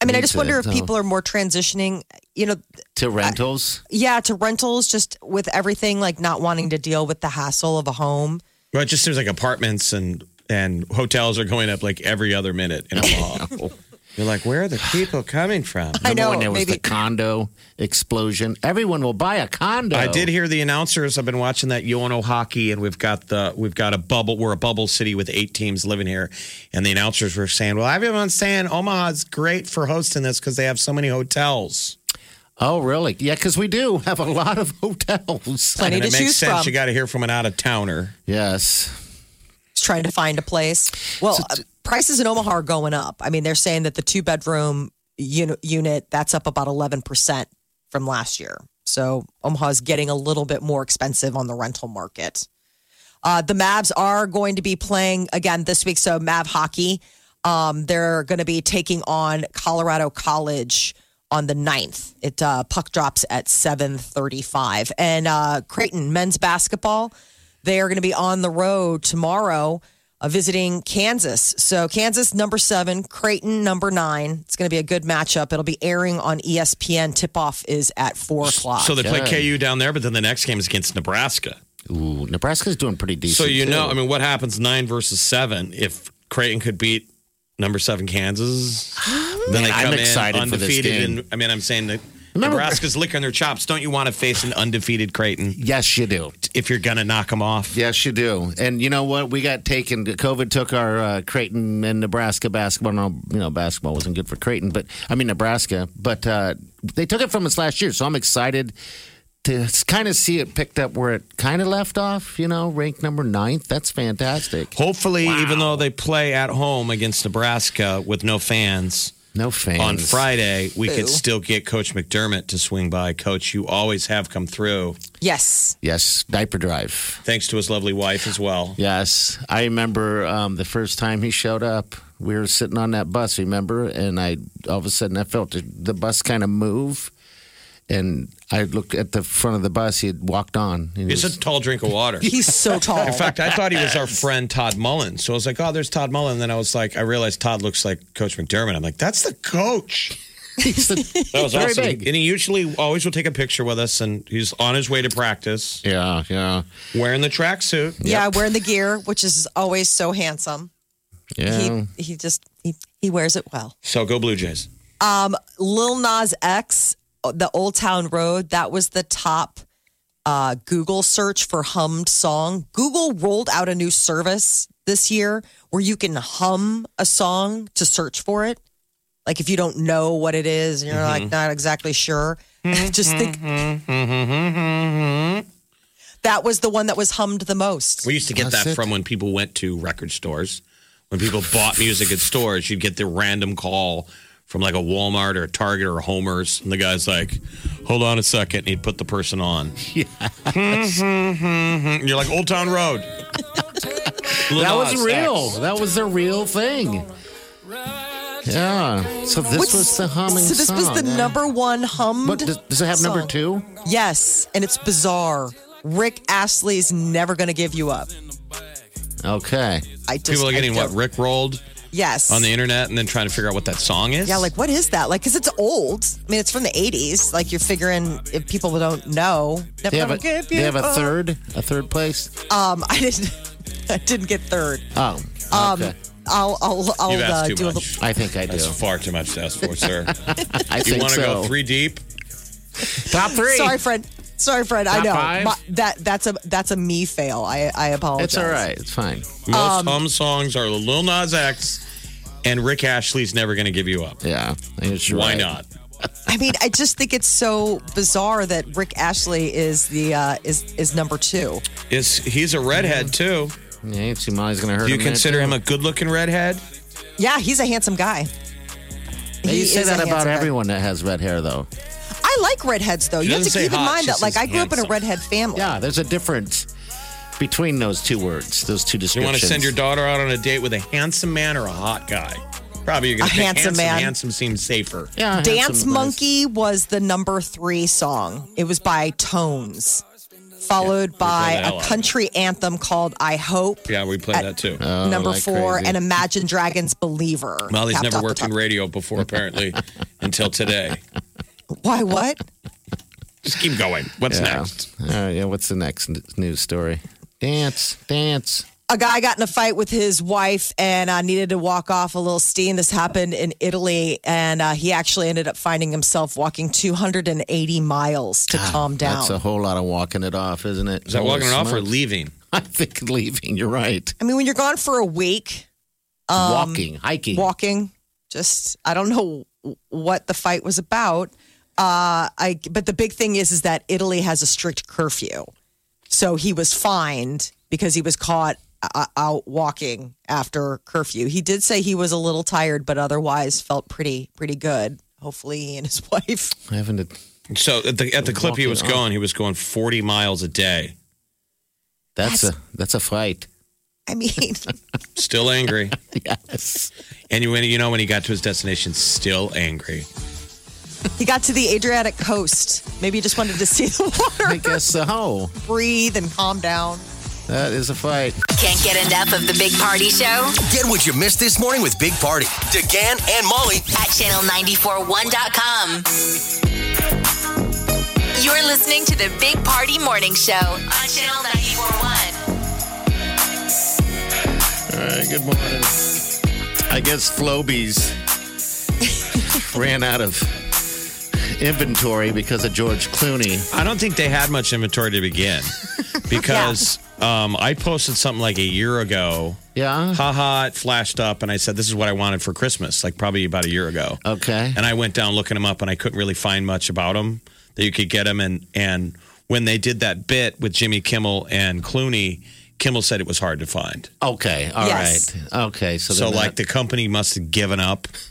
I mean, I
Me
just
too,
wonder if
so-
people are more transitioning, you know,
to rentals.
yeah, to rentals, just with everything, like not wanting to deal with the hassle of a home.
Well, it just seems like apartments and and hotels are going up like every other minute in Omaha. You're like, where are the people coming from?
I know,
when there was
maybe.
the condo explosion, everyone will buy a condo.
I did hear the announcers. I've been watching that Yono hockey, and we've got the we've got a bubble. We're a bubble city with eight teams living here, and the announcers were saying, "Well, everyone's saying Omaha's great for hosting this because they have so many hotels."
Oh, really? Yeah, because we do have a lot of hotels.
Plenty
and
to
it makes
choose
sense.
from.
You got to hear from an out of towner.
yes.
Just trying to find a place. Well, uh, prices in Omaha are going up. I mean, they're saying that the two bedroom unit, unit that's up about 11% from last year. So Omaha's getting a little bit more expensive on the rental market. Uh, the Mavs are going to be playing again this week. So Mav hockey, um, they're going to be taking on Colorado College on the 9th. It uh, puck drops at 7:35. And uh, Creighton men's basketball, they are going to be on the road tomorrow. Uh, visiting Kansas. So Kansas number seven, Creighton number nine. It's going to be a good matchup. It'll be airing on E ESPN. Tip off is at four o'clock.
So they play
Okay.
KU down there, but then the next game is against Nebraska.
Ooh, Nebraska's doing pretty decent.
So you
too.
know, I mean, what happens nine versus seven if Creighton could beat number seven Kansas? Then they
Man, I'm
come
excited
in
for this
undefeated.
game.
And I mean, I'm saying that
Remember-
Nebraska's licking their chops. Don't you want to face an undefeated Creighton
yes, you do.
if you're gonna knock them off?
Yes, you do. And you know what? We got taken. COVID took our uh, Creighton and Nebraska basketball. No, you know basketball wasn't good for Creighton, but I mean Nebraska. But uh, they took it from us last year, so I'm excited to kind of see it picked up where it kind of left off. You know, ranked number ninth. That's fantastic.
Hopefully, even though they play at home against Nebraska with no fans
No fans
on Friday, we
Boo.
could still get Coach McDermott to swing by. Coach, you always have come through.
yes.
Yes, diaper drive.
Thanks to his lovely wife as well.
Yes, I remember um, the first time he showed up. We were sitting on that bus, remember? And I all of a sudden I felt the, the bus kind of move, and I looked at the front of the bus. He had walked on. and he
He's
was-
a tall drink of water.
He's so tall.
In fact, I thought he was our friend Todd Mullen. So I was like, oh, there's Todd Mullen. And then I was like, I realized Todd looks like Coach McDermott. I'm like, that's the coach.
he's the-
That was
very
awesome.
big.
And he usually always will take a picture with us, and he's on his way to practice
Yeah, yeah,
wearing the tracksuit.
Yeah, wearing the gear, which is always so handsome.
yeah.
He he just he, he wears it well.
So go Blue Jays.
Lil Nas X, uh, the Old Town Road, that was the top uh, Google search for hummed song. Google rolled out a new service this year where you can hum a song to search for it. Like if you don't know what it is and you're like not exactly sure, just think. That was the one that was hummed the most.
We used to get
That's
that
it.
from when people went to record stores. When people bought music at stores, you'd get the random call from like a Walmart or a Target or a Homer's, and the guy's like, "Hold on a second. and he'd put the person on. and you're like, "Old Town Road."
That
Lil
was
Nas
real.
X.
That was the real thing. Yeah. So this was the humming
So this was
song.
the number one hummed.
But does, does it have number
song.
two?
Yes, and it's bizarre. Rick Astley's never going to give you up.
Okay.
I just,
People are getting
I
what
don't-
Rick rolled
Yes.
on the internet, and then trying to figure out what that song is.
yeah, like what is that? Like, because it's old. I mean, it's from the '80s. Like you're figuring if people don't know, never
They have a,
gonna give
they
you
have a
up.
third, a third place.
Um, I didn't. I didn't get third.
Oh,
Um,
okay.
I'll I'll I'll
You've
uh,
asked
do
too
a little.
much.
I think I do.
That's far too much to ask for, sir.
I
you
think
want to
so.
go three deep?
Top three.
Sorry, Fred. Sorry, Fred. I
Top
know
five?
My- that that's a that's a me fail. I I apologize.
It's all right. It's fine.
Most hum songs are Lil Nas X, and Rick Ashley's "Never Gonna Give You Up."
Yeah. I guess you're
Why
right.
not?
I mean, I just think it's so bizarre that Rick Ashley is the uh, is is number two.
Is he's a redhead too?
Yeah, ain't see Molly's gonna hurt.
Do you
him in
consider
too.
him a good-looking redhead?
Yeah, he's a handsome guy.
They
He
say
is a
that about
handsome guy.
everyone that has red hair, though.
I like redheads though.
She
you have to
doesn't say
keep in
hot,
mind
she
that like
says
I grew up in a
handsome.
redhead family.
Yeah, there's a difference between those two words, those two
Do you
descriptions.
want to send your daughter out on a date with a handsome man or a hot guy? Probably you're gonna
A
think
handsome man.
Handsome seems safer.
yeah,
Dance
handsome is-
Monkey was the number three song. It was by Tones, followed by
play that
a
a lot.
country anthem called "I Hope."
Yeah, we play
At-
that too.
Oh,
number
like
four,
crazy.
and Imagine Dragons Believer.
Molly's
Tapped
never
off the
worked
top.
in radio before, apparently, until today.
Why what?
Just keep going. What's
Yeah.
next?
All right, yeah. What's the next n- news story? Dance, dance.
A guy got in a fight with his wife and uh, needed to walk off a little steam. This happened in Italy, and uh, he actually ended up finding himself walking 280 miles to calm down.
That's a whole lot of walking it off, isn't it?
Is that walking it off or leaving?
I think leaving. You're right.
I mean, when you're gone for a week, Um,
walking, hiking.
walking, just I don't know what the fight was about. Uh, I but the big thing is is that Italy has a strict curfew, so he was fined because he was caught uh, out walking after curfew. He did say he was a little tired, but otherwise felt pretty pretty good. Hopefully, he and his wife.
Having to.
So at the at the clip he was
Walking
going, he was going 40 miles a day.
That's, a that's a fight.
I mean,
Still angry.
Yes.
and you, when- you know when he got to his destination, still angry.
he got to the Adriatic coast. Maybe he just wanted to see the
I
water,
guess so.
breathe, and calm down.
That is a fight.
Can't get enough of the Big Party Show
Get what you missed this morning with Big Party, DeGan and Molly
at channel941.com. You're listening to the Big Party Morning Show on channel 941.
All right, good morning. I guess Flobies ran out of inventory because of George Clooney.
I don't think they had much inventory to begin because um, I posted something like a year ago.
Yeah.
Haha, it flashed up and I said, This is what I wanted for Christmas, like probably about a year ago.
Oh. Okay.
And I went down looking them up and I couldn't really find much about them that you could get them. And, and when they did that bit with Jimmy Kimmel and Clooney, Kimmel said it was hard to find.
Okay. All right.
Yes.
Okay. So,
So,
they're
like, the company must have given up
not-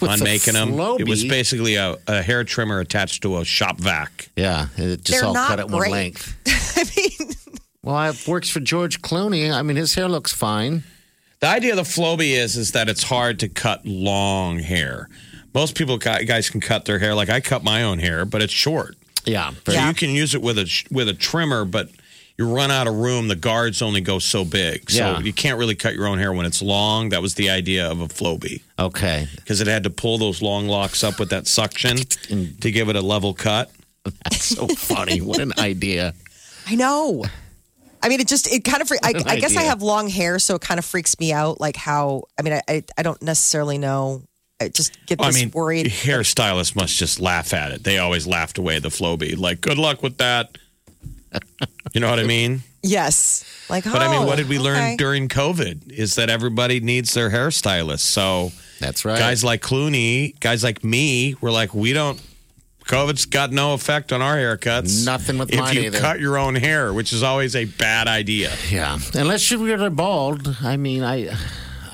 with
on
the
making them. It was
Flowbee-
basically a, a hair trimmer attached to a shop vac.
Yeah. It just
They're
all cut
not
at one
great.
length.
I mean,
Well, it works for George Clooney. I mean, his hair looks fine.
The idea of the Floby is is that it's hard to cut long hair. Most people gu- guys can cut their hair like I cut my own hair, but it's short.
Yeah.
So
very-
you can use it with a sh- with a trimmer, but you run out of room. The guards only go so big, so
Yeah.
you can't really cut your own hair when it's long. That was the idea of a Floby
Okay.
because it had to pull those long locks up with that suction to give it a level cut.
That's so funny. what an idea.
I know. I mean, it just it kind of. fre- I,
What an
I guess I
idea.
have long hair, so it kind of freaks me out. Like how I mean, I I, I don't necessarily know. I just get
Oh, I
this
mean,
worried.
hairstylists must just laugh at it. They always laughed away the Floby. Like, good luck with that. You know what I mean?
Yes, like.
But I mean,
oh,
what did we learn
okay.
during COVID? Is that everybody needs their hairstylist. So
That's right.
guys like Clooney, guys like me, were like, we don't COVID's got no effect on our haircuts.
Nothing with
if
mine
you
either.
cut your own hair, which is always a bad idea.
Yeah, unless you're really bald. I mean, I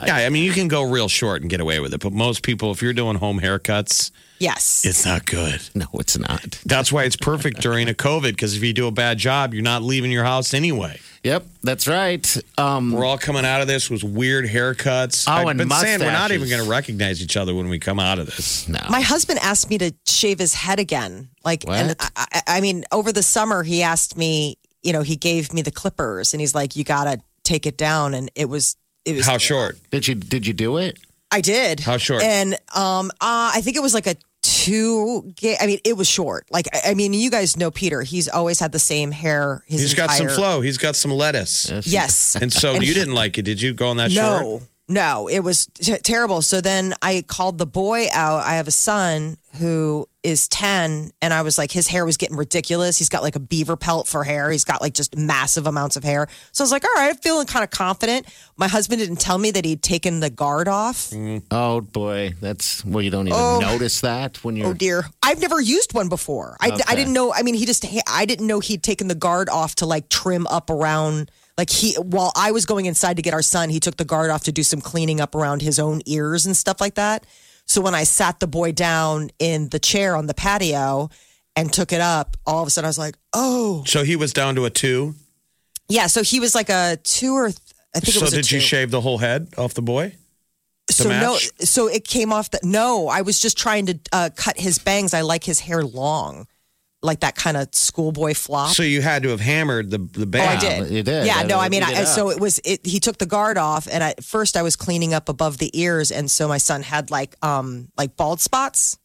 Yeah, I mean you can go real short and get away with it, but most people, if you're doing home haircuts,
Yes.
it's not good.
no, it's not.
That's why it's perfect during a COVID because if you do a bad job, you're not leaving your house anyway.
Yep, that's right. Um,
We're all coming out of this with weird haircuts.
Oh,
I've
and
been saying we're not
mustaches.
even going to recognize each other when we come out of this.
no.
My husband asked me to shave his head again. Like, and
What?
I, I- I mean, over the summer, he asked me, you know, he gave me the clippers and he's like, you got to take it down. And it was, it was,
How short?
did you did you do it?
I did.
How short?
And, um, uh, I think it was like a two, ga- I mean, it was short. Like, I, I mean, you guys know Peter, he's always had the same hair. His
He's got some
entire-
flow. He's got some lettuce.
Yes.
And so you didn't like it, did you? Go on that short?
No, no, it was t- terrible. So then I called the boy out. I have a son who is 10, and I was like, his hair was getting ridiculous. He's got like a beaver pelt for hair, he's got like just massive amounts of hair. So I was like, all right, I'm feeling kind of confident. My husband didn't tell me that he'd taken the guard off.
Oh boy, that's well, you don't even notice that when you're.
Oh dear, I've never used one before. I, I didn't know. I mean, he just, I didn't know he'd taken the guard off to like trim up around. Like he, while I was going inside to get our son, he took the guard off to do some cleaning up around his own ears and stuff like that. So when I sat the boy down in the chair on the patio and took it up, all of a sudden I was like, oh
So he was down to a two.
yeah. So he was like a two or th- I think it
So
was a
did
two.
you shave the whole head off the boy?
so no,
match?
so it came off that. No, I was just trying to uh, cut his bangs. I like his hair long, like that kind of schoolboy flop.
So you had to have hammered the the
Oh,
band.
I did.
you did.
Yeah,
I
no, I
would
mean,
eat
I,
it
so
up.
it was. It, he took the guard off, and at first I was cleaning up above the ears, and so my son had like, um, like bald spots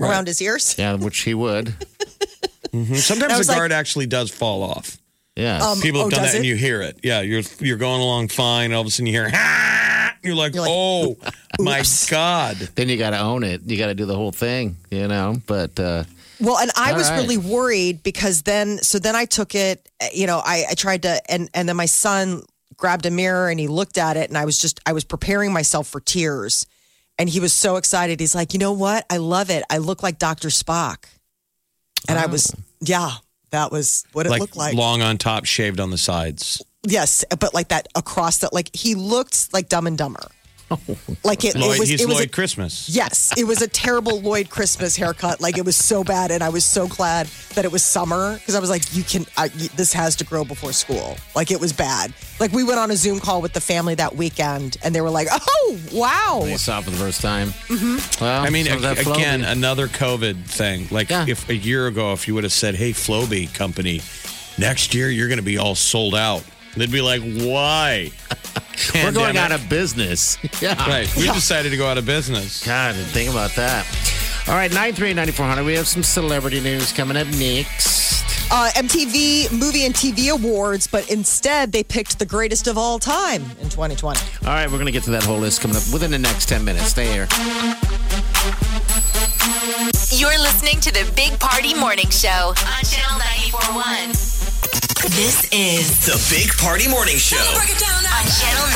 around his ears.
Yeah, which he would.
I
Sometimes
was
the
like-
guard actually does fall off.
Yes.
Um,
People have
oh,
done
does
that, and
it?
you hear it. Yeah, you're you're going along fine. and all of a sudden, you hear, ah! you're like,
You're like,
oh my god.
then you got to own it. You got to do the whole thing, you know. But uh,
Well, and I
All
was
right.
really worried because then, so then I took it, uh, you know, I, I tried to, and, and then my son grabbed a mirror and he looked at it and I was just, I was preparing myself for tears and he was so excited. He's like, you know what? I love it. I look like Dr. Spock. And I was, yeah, that was what it
Oh. Like,
looked like.
long on top, shaved on the sides.
yes. But like that across that, like he looked like dumb and dumber. Like it,
Lloyd,
it was,
he's
it was, a-
Lloyd Christmas.
Yes, it was a terrible Lloyd Christmas haircut. Like it was so bad, and I was so glad that it was summer because I was like, "You can, I, y- this has to grow before school." Like it was bad. Like we went on a Zoom call with the family that weekend, and they were like, "Oh, wow."
they saw it for the first time. Mm-hmm. Well,
I mean,
so that
ag-
flow-
again, another COVID thing. Like
Yeah.
if a year ago, if you would have said, "Hey, Floby Company, next year you're going to be all sold out," they'd be like, "Why?"
we're going
Pandemic.
out of business. Yeah.
Right. We decided to go out of business.
God, didn't think about that. All right, 938-9400. We have some celebrity news coming up next.
Uh, MTV Movie and TV Awards, but instead they picked the greatest of all time in 2020.
All right, we're going to get to that whole list coming up within the next 10 minutes. Stay here.
You're listening to the Big Party Morning Show on Channel 941. This is
The Big Party Morning Show.
on Channel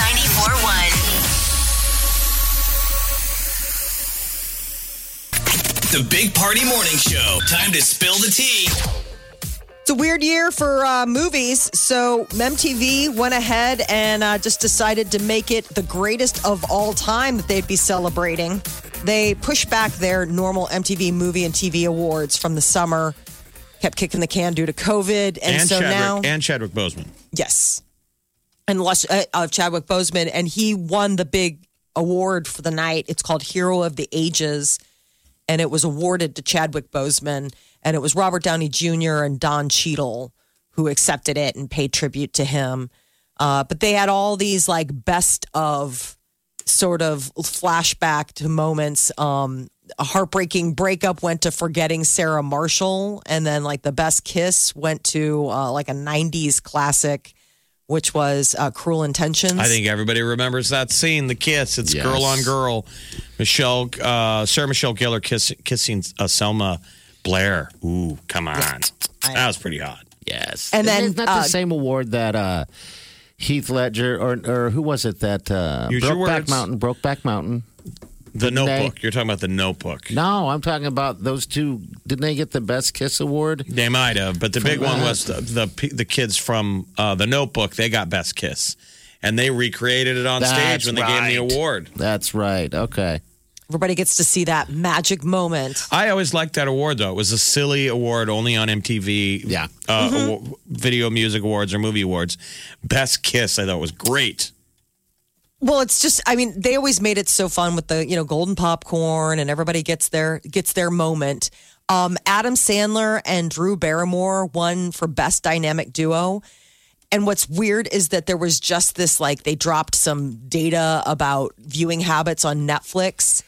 941.
The Big Party Morning Show. Time to spill the tea.
It's a weird year for uh, movies, so E MTV went ahead and uh, just decided to make it the greatest of all time that they'd be celebrating. They pushed back their normal E MTV Movie and TV Awards from the summer, kept kicking the can due to COVID, and,
And
so
Chadwick
now,
and Chadwick Boseman.
yes, and Lush, uh, of Chadwick Boseman, and he won the big award for the night. It's called Hero of the Ages, and it was awarded to Chadwick Boseman, and it was Robert Downey Jr. and Don Cheadle who accepted it and paid tribute to him. Uh, but they had all these like best of sort of flashback to moments. Um, a heartbreaking breakup went to forgetting Sarah Marshall, and then like the best kiss went to uh, like a '90s classic, which was uh, Cruel Intentions.
I think everybody remembers that scene, the kiss. It's
Yes.
girl on girl. Michelle, uh, Sarah Michelle Gellar kiss, kissing uh, Selma Blair. Ooh, come on, that was pretty hot.
Yes.
And then,
Isn't that
uh,
the same award that uh, Heath Ledger or or who was it that uh,
Use your
Brokeback
words.
Mountain? Brokeback Mountain.
The
Didn't they?
Notebook. You're talking about the Notebook.
No, I'm talking about those two. Didn't they get the best kiss award?
They might have, but the big one
that.
was the the, p- the kids from uh, the Notebook. They got Best Kiss, and they recreated it on
That's
stage when they gave
right.
the award.
That's right. Okay.
Everybody gets to see that magic moment.
I always liked that award though. It was a silly award only on MTV.
Yeah. Mm-hmm.
uh, awa- video music awards or movie awards. Best Kiss, I thought was great.
Well, it's just I mean, they always made it so fun with the, you know, golden popcorn and everybody gets their gets their moment. Um, Adam Sandler and Drew Barrymore won for best dynamic duo. And what's weird is that there was just this like they dropped some data about viewing habits on Netflix.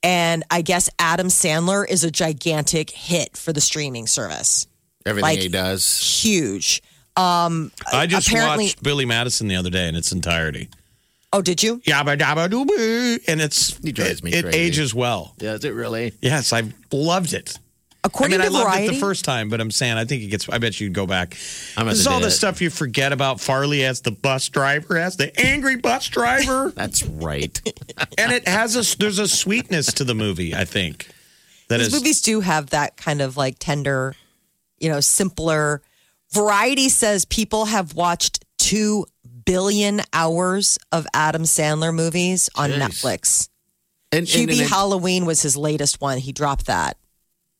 And I guess Adam Sandler is a gigantic hit for the streaming service.
Everything
Like-
he does.
Huge.
I just
apparently-
watched Billy Madison the other day in its entirety.
Oh, did you?
Yabba dabba doo boo, and it's
He drives
it,
me
it
crazy.
ages well.
Does it really?
Yes, I loved it. I
According
mean, I
to
loved
Variety,
it the first time, but I'm saying I think it gets. I bet you'd go back.
I'm gonna
this is all
do
the
it.
stuff you forget about Farley as the bus driver, as the angry bus driver,
That's right.
and it has a there's a sweetness to the movie. I think that
These
is
movies do have that kind of like tender, you know, simpler. Variety says people have watched 2 billion hours of Adam Sandler movies on
Jeez.
Netflix.
and, and-
Hubie
and-
Halloween was his latest one. He dropped that.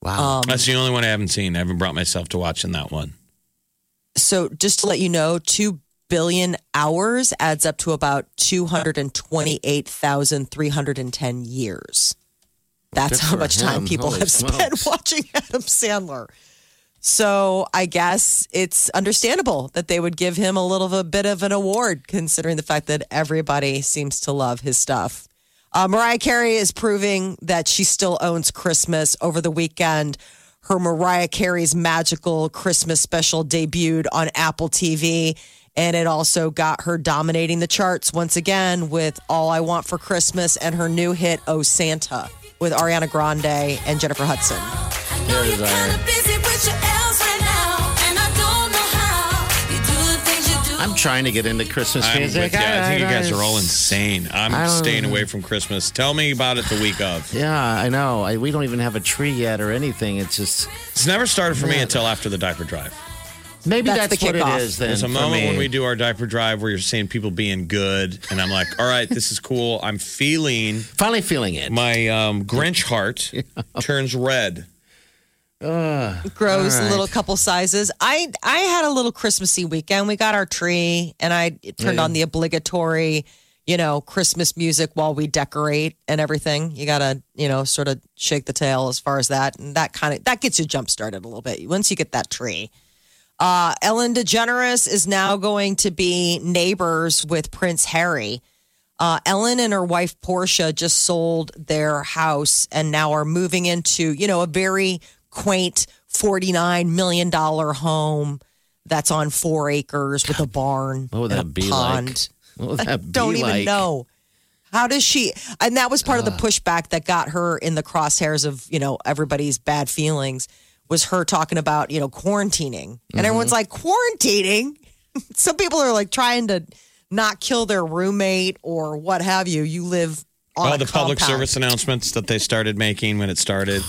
wow.
that's the only one I haven't seen. I haven't brought myself to watching that one.
So just to let you know, 2 billion hours adds up to about 228,310 years. That's
Good
how
for
much time
him.
people
Holy
have spent
smokes.
watching Adam Sandler. So I guess it's understandable that they would give him a little of a bit of an award, considering the fact that everybody seems to love his stuff. Uh, Mariah Carey is proving that she still owns Christmas over the weekend. Her Mariah Carey's magical Christmas special debuted on Apple TV, and it also got her dominating the charts once again with All I Want for Christmas and her new hit, Oh Santa, with Ariana Grande and Jennifer Hudson.
I know you're kind of busy with your L's right now, and I don't know how you do the things you do.
I'm trying to get into Christmas
I'm with you. I
music.
think you guys are all insane.
I
I'm
don't-
staying away from Christmas. Tell me about it the week of.
Yeah, I know. I, we don't even have a tree yet or anything. It's just
It's never started for me until after the diaper drive.
maybe
That's
that's,
the
what
kickoff.
it is. Then
There's a
for
moment
me.
when we do our diaper drive where you're seeing people being good, and I'm like, all right, this is cool. I'm feeling
finally feeling it.
my um, Grinch heart turns red.
grows a
All
little
right.
couple sizes. I I had a little Christmassy weekend. We got our tree and I turned on the obligatory, you know, Christmas music while we decorate and everything. You gotta, you know, sort of shake the tail as far as that. And that kind of that gets you jump started a little bit once you get that tree. Uh, Ellen DeGeneres is now going to be neighbors with Prince Harry. Uh, Ellen and her wife Portia just sold their house and now are moving into, you know, a very quaint $49 million home that's on four acres with a barn.
What would
and a
that be
pond.
like? What would
I
that be
don't even
like?
know. How does she? And that was part of the pushback that got her in the crosshairs of you know everybody's bad feelings was her talking about you know quarantining, and
Mm-hmm.
everyone's like quarantining. Some people are like trying to not kill their roommate or what have you. You live on
All
a
the public
compound.
service announcements that they started making when it started,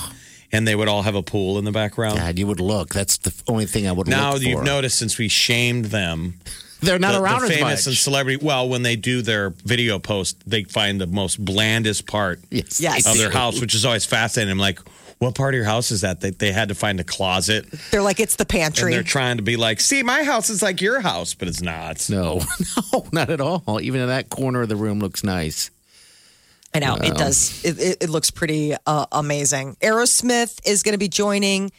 and they would all have a pool in the background.
God, you would look. That's the only thing I would
Now
look
you've
for.
noticed since we shamed them,
They're not
the,
around
the
as
famous
much.
and celebrity. Well, when they do their video post, they find the most blandest part
yes.
Yes.
of their house, which is always fascinating. I'm like, what part of your house is that? They, they had to find a closet,
They're like it's the
and they're
pantry.
trying to be like, see, my house is like your house, but it's not.
No, no, not at all. Even that corner of the room looks nice.
I know it does. It, it, it looks pretty uh, amazing. Aerosmith is going to be joining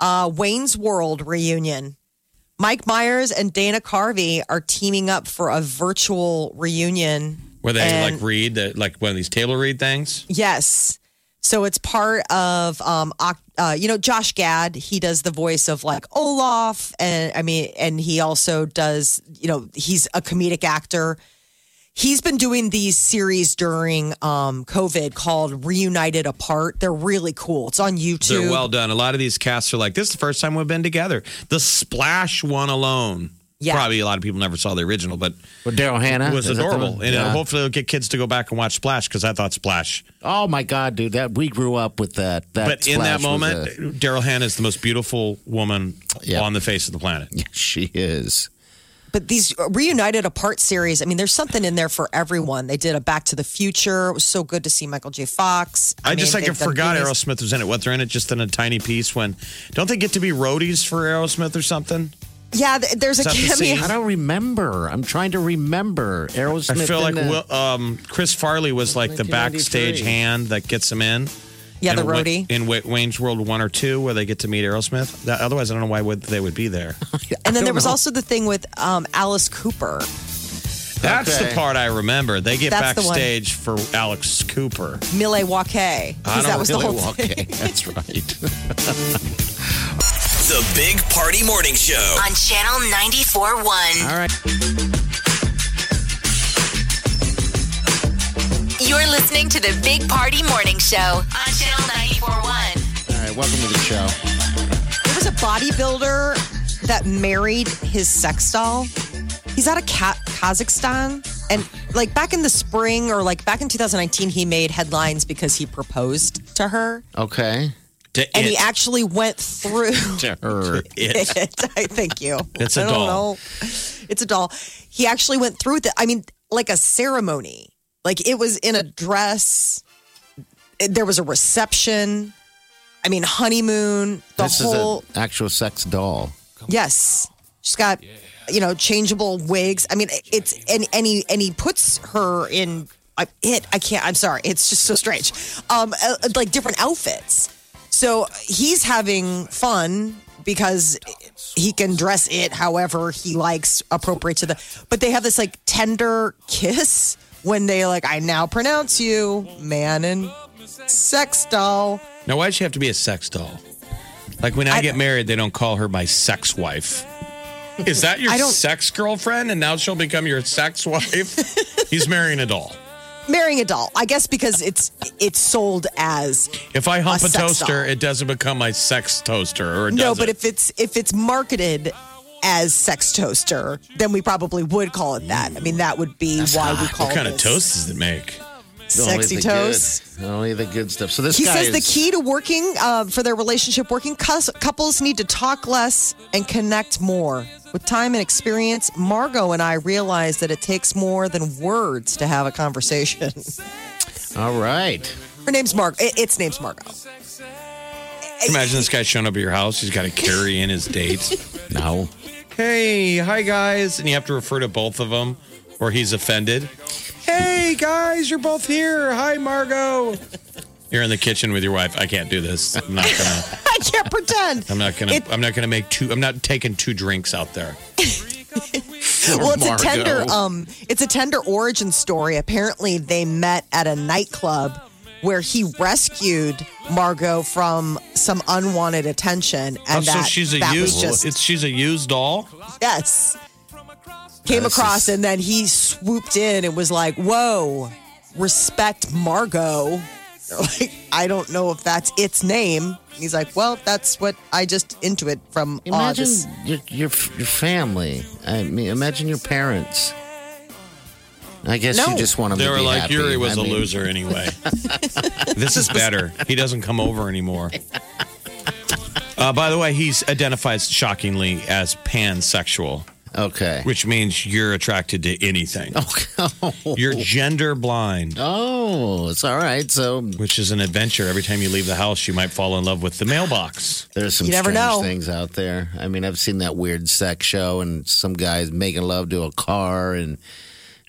uh, Wayne's World reunion. Mike Myers and Dana Carvey are teaming up for a virtual reunion.
Where they
And-
like read the, like one of these table read things.
Yes. So it's part of, um, Oc- uh, you know, Josh Gad. He does the voice of like Olaf, and I mean, and he also does, you know, he's a comedic actor. He's been doing these series during um, COVID called Reunited Apart. They're really cool. It's on YouTube.
They're well done. A lot of these casts are like, this is the first time we've been together. The splash one alone
Yeah.
Probably a lot of people never saw the original, but
With Daryl Hannah
it was
is that the
adorable.
one?
And uh
Yeah.
hopefully it'll get kids to go back and watch Splash because I thought Splash.
Oh my God, dude! That we grew up with that. that
but in that
Splash was
moment,
a-
Daryl Hannah is the most beautiful woman
Yeah.
on the face of the planet.
she is.
But these reunited apart series, I mean, there's something in there for everyone. They did a Back to the Future. It was so good to see Michael J. Fox.
I, just
mean,
like I
they've done
forgot
movies.
Aerosmith was in it. What they're in it just in a tiny piece. When don't they get to be roadies for Aerosmith or something?
Yeah, th- there's a
Is that the scene?
I
cameo.
don't remember. I'm trying to remember. Aerosmith.
I feel like
in the-
Will, um, Chris Farley was like the
1993.
backstage hand that gets him in.
Yeah,
in
the
Wa-
roadie.
in Wa- Wayne's World one or two, where they get to meet Aerosmith. That, otherwise, I don't know why would they would be there.
And then there was
know.
also the thing with um, Alice Cooper.
That's the
Okay.
part I remember. They get
That's the one.
backstage for Alex Cooper.
Mille Waukee.
I
Because that
don't
was the
Really?
whole thing.
Okay, that's right.
The Big Party Morning Show.
on Channel 94.1.
All right.
You're listening to the Big Party Morning Show on Channel 94.1.
All right. Welcome to the show.
There was a bodybuilder that married his sex doll. He's out of Ka- Kazakhstan. And like back in the spring or like back in 2019, he made headlines because he proposed to her.
Okay. Er,
To
And
it.
he actually went through
Err.
It.
it. I thank you.
It's a
I don't
doll.
Know. It's a doll. He actually went through the, I mean, like a ceremony. Like it was in a dress. It- There was a reception. I mean, honeymoon. The
This
whole.
is an actual sex doll.
Yes. She's got you know changeable wigs. I mean, it's and and he and he puts her in I- it. I can't. I'm sorry. It's just so strange. Um, uh, like different outfits. So he's having fun because he can dress it however he likes, appropriate to the. But they have this like tender kiss when they like. I now pronounce you man and sex doll.
Now, why'd she have to be a sex doll? Like when I,
I-
get married, they don't call her my sex wife. Is that your
I don't-
sex girlfriend? And now she'll become your sex wife? He's marrying a doll.
Marrying a doll, I guess, because it's it's sold as
If I hump
A
a,
sex
toaster,
doll.
it doesn't become my sex toaster, or does
No, but
it?
if it's if it's marketed as sex toaster, then we probably would call it that. I mean, that would be why we call
what kind
this
of toast does it make?
sexy
Only the
toast.
Good, only the good stuff. So this
He
guy
says the
is,
key to working uh, for their relationship, working cous- couples need to talk less and connect more. With time and experience, Margot and I realized that it takes more than words to have a conversation.
All right.
Her name's Margot. Its name's Margot.
Imagine this guy showing up at your house. He's got to carry in his date.
No.
hey, hi guys, and you have to refer to both of them, or he's offended. Hey guys, you're both here. Hi, Margot. You're in the kitchen with your wife. I can't do this. I'm not gonna.
I can't pretend.
I'm not gonna.
It-
I'm not gonna make two. I'm not taking two drinks out there.
well, it's a tender.
Margot.
Um, it's a tender origin story. Apparently, they met at a nightclub where he rescued Margot from some unwanted attention, and
Oh, so
that
she's a
that was
used.
just
it's she's a used doll.
yes. Came across, and then he swooped in and was like, "Whoa, respect Margot." They're Like, I don't know if that's its name. He's like, "Well, that's what I just intuit from all
Imagine
this."
your, your your family. I mean, imagine your parents. I guess
No.
you just want them
They
to
were
be
like,
happy.
Yuri was
a
a loser anyway. this is better. He doesn't come over anymore. Uh, by the way, he's identifies shockingly as pansexual,
Okay.
which means you're attracted to anything.
oh,
You're gender blind,
oh, it's all right. So
which is an adventure. Every time you leave the house, you might fall in love with the mailbox.
there's some
You never
strange
know.
things out there. I mean, I've seen that weird sex show and some guys making love to a car and,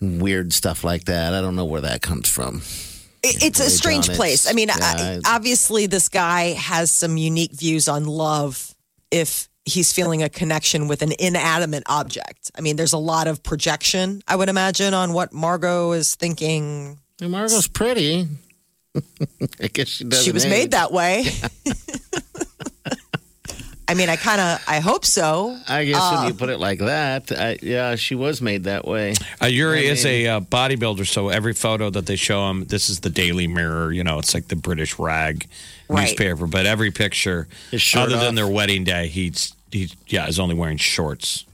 and weird stuff like that. I don't know where that comes from.
It- it's a
Really
strange
done.
place.
It's-
I mean,
yeah,
I, obviously, this guy has some unique views on love if he's feeling a connection with an inanimate object. I mean, there's a lot of projection, I would imagine, on what Margot is thinking.
And Margot's pretty. I guess she does.
she was made that way. I mean, I kind of, I hope so.
I guess
Uh,
when you put it like that, I, yeah, she was made that way.
Uh, Yuri is a uh, bodybuilder, so every photo that they show him, this is the Daily Mirror. You know, it's like the British rag
Right.
newspaper. But every picture,
His shirt
other than
off.
their wedding day, he's he yeah is only wearing shorts.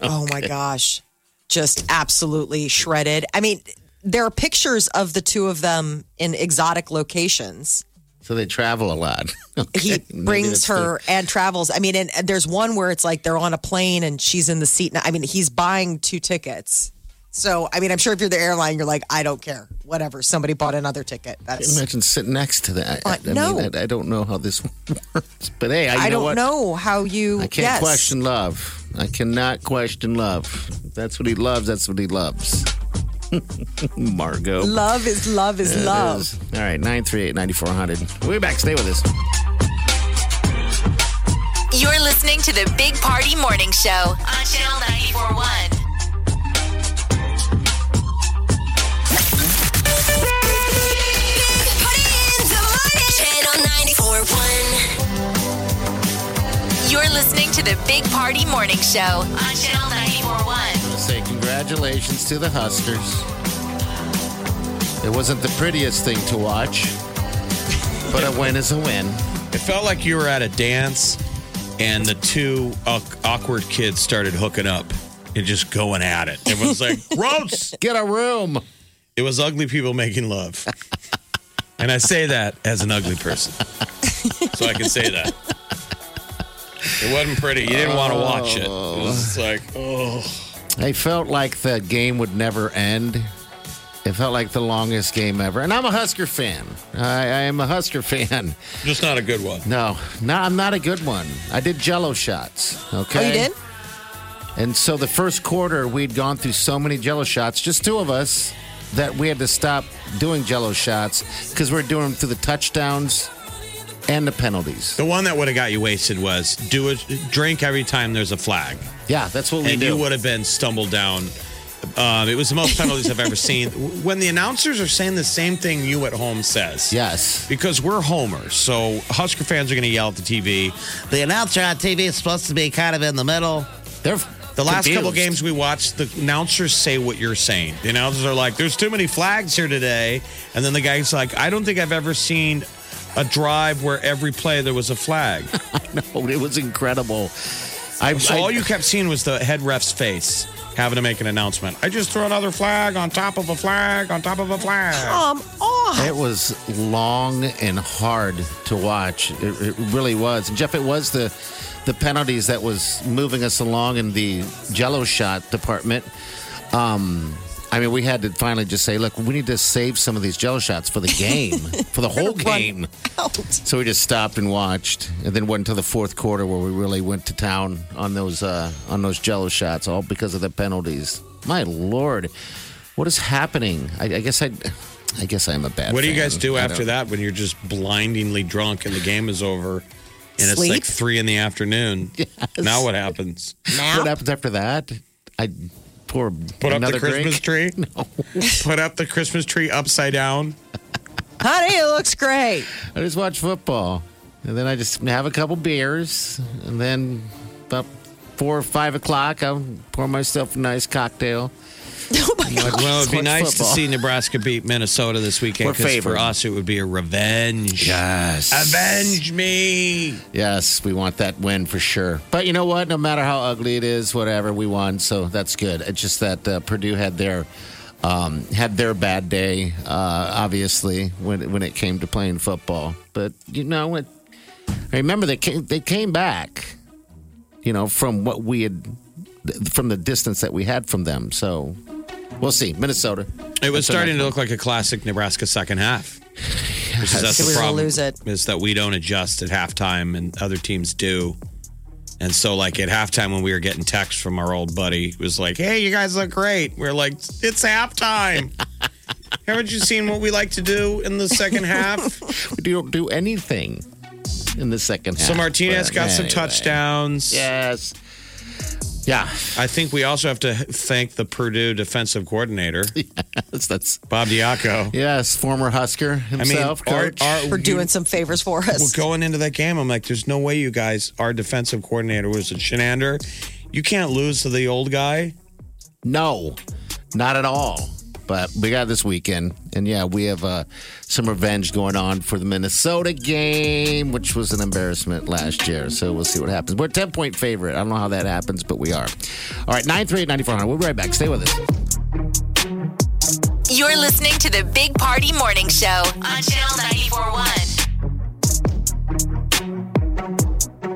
Oh my gosh. Just absolutely shredded. I mean, there are pictures of the two of them in exotic locations.
So they travel a lot.
He
Okay, maybe
brings
that's the-
her and travels. I mean, and, and there's one where it's like they're on a plane and she's in the seat. And I mean, he's buying two tickets. So, I mean, I'm sure if you're the airline, you're like, I don't care. Whatever. Somebody bought another ticket. That's.
Imagine sitting next to that. I,
Uh,
I
no.
mean, I, I don't know how this works, but hey, I, you
I
know
don't
what?
know how you.
I can't
yes.
question love. I cannot question love. If That's what he loves. That's what he loves. Margot.
Love is love is love.
Is- All right, 938 9400. We'll be back. Stay with us.
You're listening to the Big Party Morning Show on Channel 941.
Big Party in the morning. Channel 94.1.
You're listening to the Big Party Morning Show on Channel 941.
Let's say congratulations to the Huskers. It wasn't the prettiest thing to watch, but a win is a win.
It felt like you were at a dance and the two awk- awkward kids started hooking up and just going at it. Everyone's like, gross.
Get a room.
It was ugly people making love. And I say that as an ugly person. So I can say that. It wasn't pretty. You didn't want to watch it. It was just like, oh.
I felt like the game would never end. It felt like the longest game ever. And I'm a Husker fan. I, I am a Husker fan.
Just not a good one.
No, no, I'm not a good one. I did jello shots. Okay.
Oh, you did?
And so the first quarter, we'd gone through so many jello shots, just two of us, that we had to stop doing jello shots because we are doing them through the touchdowns and the penalties.
The one that would have got you wasted was do a drink every time there's a flag.
Yeah, that's what we
and
do.
you would have been stumbled down. Um, it was the most penalties I've ever seen. When the announcers are saying the same thing you at home says.
yes.
Because we're homers, so Husker fans are going to yell at the TV. The announcer on TV is supposed to be kind of in the middle.
They're
The last couple
confused.
games we watched, the announcers say what you're saying. The announcers are like, "There's too many flags here today," and then the guy's like, "I don't think I've ever seen a drive where every play there was a flag."
Oh, it was incredible. I,
So
I-
all you kept seeing was the head ref's face having to make an announcement. I just threw another flag on top of a flag on top of a flag.
Um, oh,
It was long and hard to watch. It, it really was. And Jeff, it was the the penalties that was moving us along in the Jello shot department. Um, I mean, we had to finally just say, look, we need to save some of these Jello shots for the game, for the whole game. So we just stopped and watched, and then went until the fourth quarter where we really went to town on those uh, on those Jello shots, all because of the penalties. My lord, what is happening? I, I guess I, I guess I'm a bad.
What do you
fan.
guys do
I
after
don't-
that when you're just blindingly drunk and the game is over? And it's like
Sleep?
three in the afternoon. Now what happens?
What happens after that? I pour
Put up
another
the Christmas
drink.
tree. Put up the Christmas tree upside down.
honey, it looks great.
I just watch football, and then I just have a couple beers, and then about four or five o'clock, I'll pour myself a nice cocktail.
Oh my
Like,
gosh.
well, it'd be
Watch
nice
football.
to see Nebraska beat Minnesota this weekend.
We're
'cause for
favored.
us, it would be a revenge.
Yes.
Avenge me.
Yes, we want that win for sure. But you know what? No matter how ugly it is, whatever we won, so that's good. It's just that uh, Purdue had their um, had their bad day, uh, obviously when when it came to playing football. But you know what? I remember they came they came back, you know, from what we had from the distance that we had from them. So we'll see, Minnesota.
It was
That's our
starting
next
to look like a classic Nebraska second half. Which is that's
So we were
the
gonna
problem
lose it.
is that we don't adjust at halftime and other teams do. And so, like at halftime, when we were getting texts from our old buddy, he was like, "Hey, you guys look great." We are like, "It's halftime." Haven't you seen what we like to do in the second half?
We don't do anything in the second half.
so Martinez
But
got some
anyway.
touchdowns.
Yes. Yeah,
I think we also have to thank the Purdue defensive coordinator,
that's, that's
Bob Diaco.
Yes, former Husker
I mean,
himself,
our-
coach.
our-
For doing some favors for
Well,
us.
going into that game, I'm like, there's no way you guys, our defensive coordinator was a shenander. You can't lose to the old guy.
no, not at all. But we got this weekend, and yeah, we have uh, some revenge going on for the Minnesota game, which was an embarrassment last year. So we'll see what happens. We're a ten point favorite. I don't know how that happens, but we are. All right, nine three eight ninety four hundred. We'll be right back. Stay with us.
You're listening to the Big Party Morning Show on Channel 941.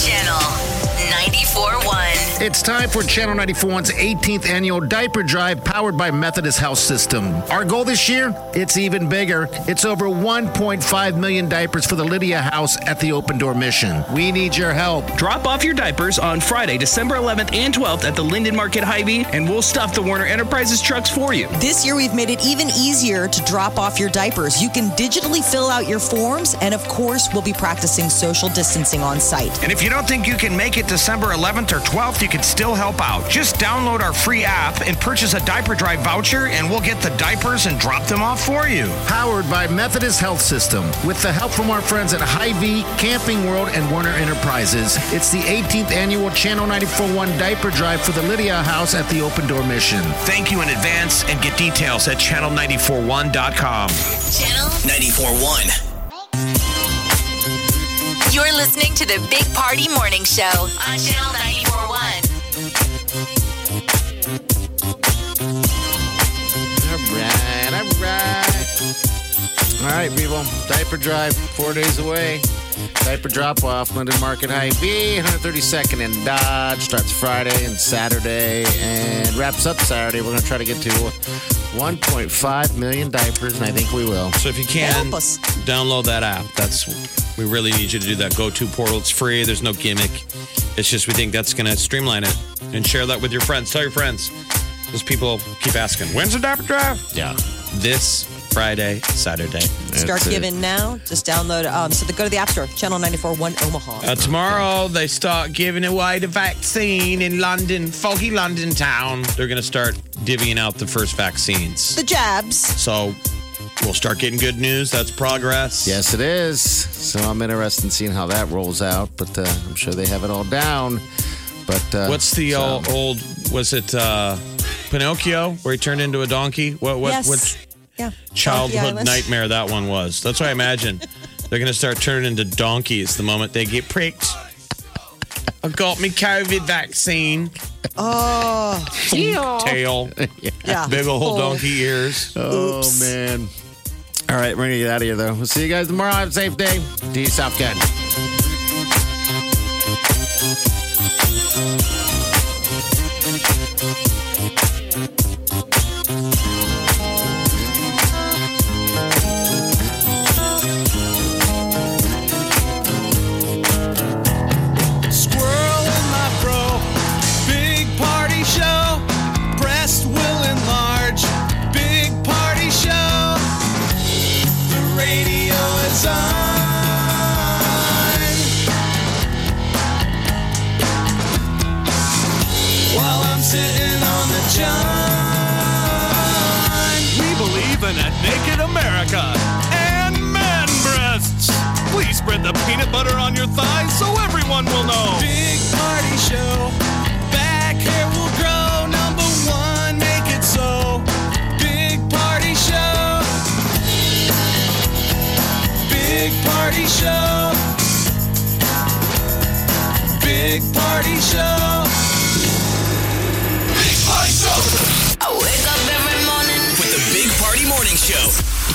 Channel 941.
It's time for Channel 94's 18th annual diaper drive powered by Methodist Health System. Our goal this year, it's even bigger. It's over 1.5 million diapers for the Lydia House at the Open Door Mission. We need your help.
Drop off your diapers on Friday, December 11th and 12th at the Linden Market Hy-Vee, and we'll stuff the Warner Enterprises trucks for you.
This year, we've made it even easier to drop off your diapers. You can digitally fill out your forms, and of course, we'll be practicing social distancing on site.
And if you don't think you can make it December 11th or 12th, you can still help out. Just download our free app and purchase a diaper drive voucher, and we'll get the diapers and drop them off for you.
Powered by Methodist Health System. With the help from our friends at Hy-Vee, Camping World, and Warner Enterprises, it's the 18th annual Channel 941 diaper drive for the Lydia House at the Open Door Mission.
Thank you in advance and get details at
Channel
channel941.com.
94.1.
You're listening to the Big Party Morning Show on Channel 941.
All right, all right. All right, people. Diaper drive, four days away. Diaper drop off, Linden Market High B, 132nd and Dodge. Starts Friday and Saturday and wraps up Saturday. We're going to try to get to 1.5 million diapers, and I think we will.
So if you can,
Help us.
download that app. That's we really need you to do that. Go to portal. It's free. There's no gimmick. It's just we think that's going to streamline it and share that with your friends. Tell your friends. Because people keep asking, when's the diaper drive?
Yeah.
This Friday, Saturday.
Start
That's it.
giving now. Just download. Um, so go to the App Store, Channel 94.1 Omaha.
Uh, tomorrow they start giving away the vaccine in London, foggy London town. They're going to start divvying out the first vaccines.
the jabs.
So we'll start getting good news. That's progress.
Yes, it is. So I'm interested in seeing how that rolls out, but uh, I'm sure they have it all down. But uh,
What's the
so-
old, old was it uh, Pinocchio where he turned into a donkey? What what
yes.
what
yeah. Donkey
childhood
Island.
nightmare that one was? That's what I imagine. They're going to start turning into donkeys the moment they get pricked. I got me COVID vaccine.
Oh,
Tail,
yeah.
big old
Oh.
donkey ears.
Oh man! All right, we're gonna get out of here though. We'll see you guys tomorrow. Have a safe day. D South Gun.
Squirrel in my bro. Big party show. Breast will enlarge. Big party show. The radio is on. While I'm sitting on the john. We believe in a naked America and man breasts. Please spread the peanut butter on your thighs so everyone will know. Big party show. Back hair will grow. Number one, make it so. Big party show. Big party show. Big party show.
Big Party Show
I wake up every morning.
with the Big Party Morning Show.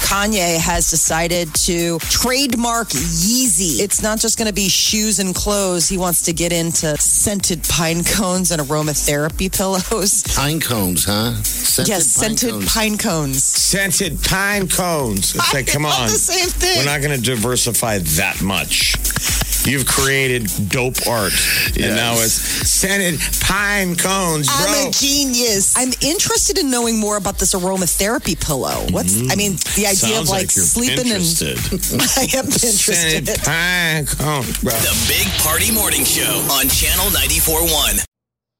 Kanye has decided to trademark Yeezy. It's not just going to be shoes and clothes. He wants to get into scented pine cones and aromatherapy pillows.
Pine cones, huh? Scented
yes, scented pine cones.
Scented pine cones. It's like,
I
come
thought
on.
the same thing.
We're not going to diversify that much. You've created dope art, and now it's scented pine cones, bro.
I'm a genius. I'm interested in knowing more about this aromatherapy pillow. What's I mean, the idea
Mm-hmm. Sounds
of like,
you're
sleeping
interested.
and I am
Scented
interested.
pine cones, bro.
The Big Party Morning Show on Channel 94.1.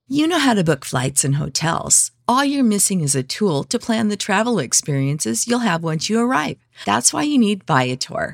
You know how to book flights and hotels. All you're missing is a tool to plan the travel experiences you'll have once you arrive. That's why you need Viator.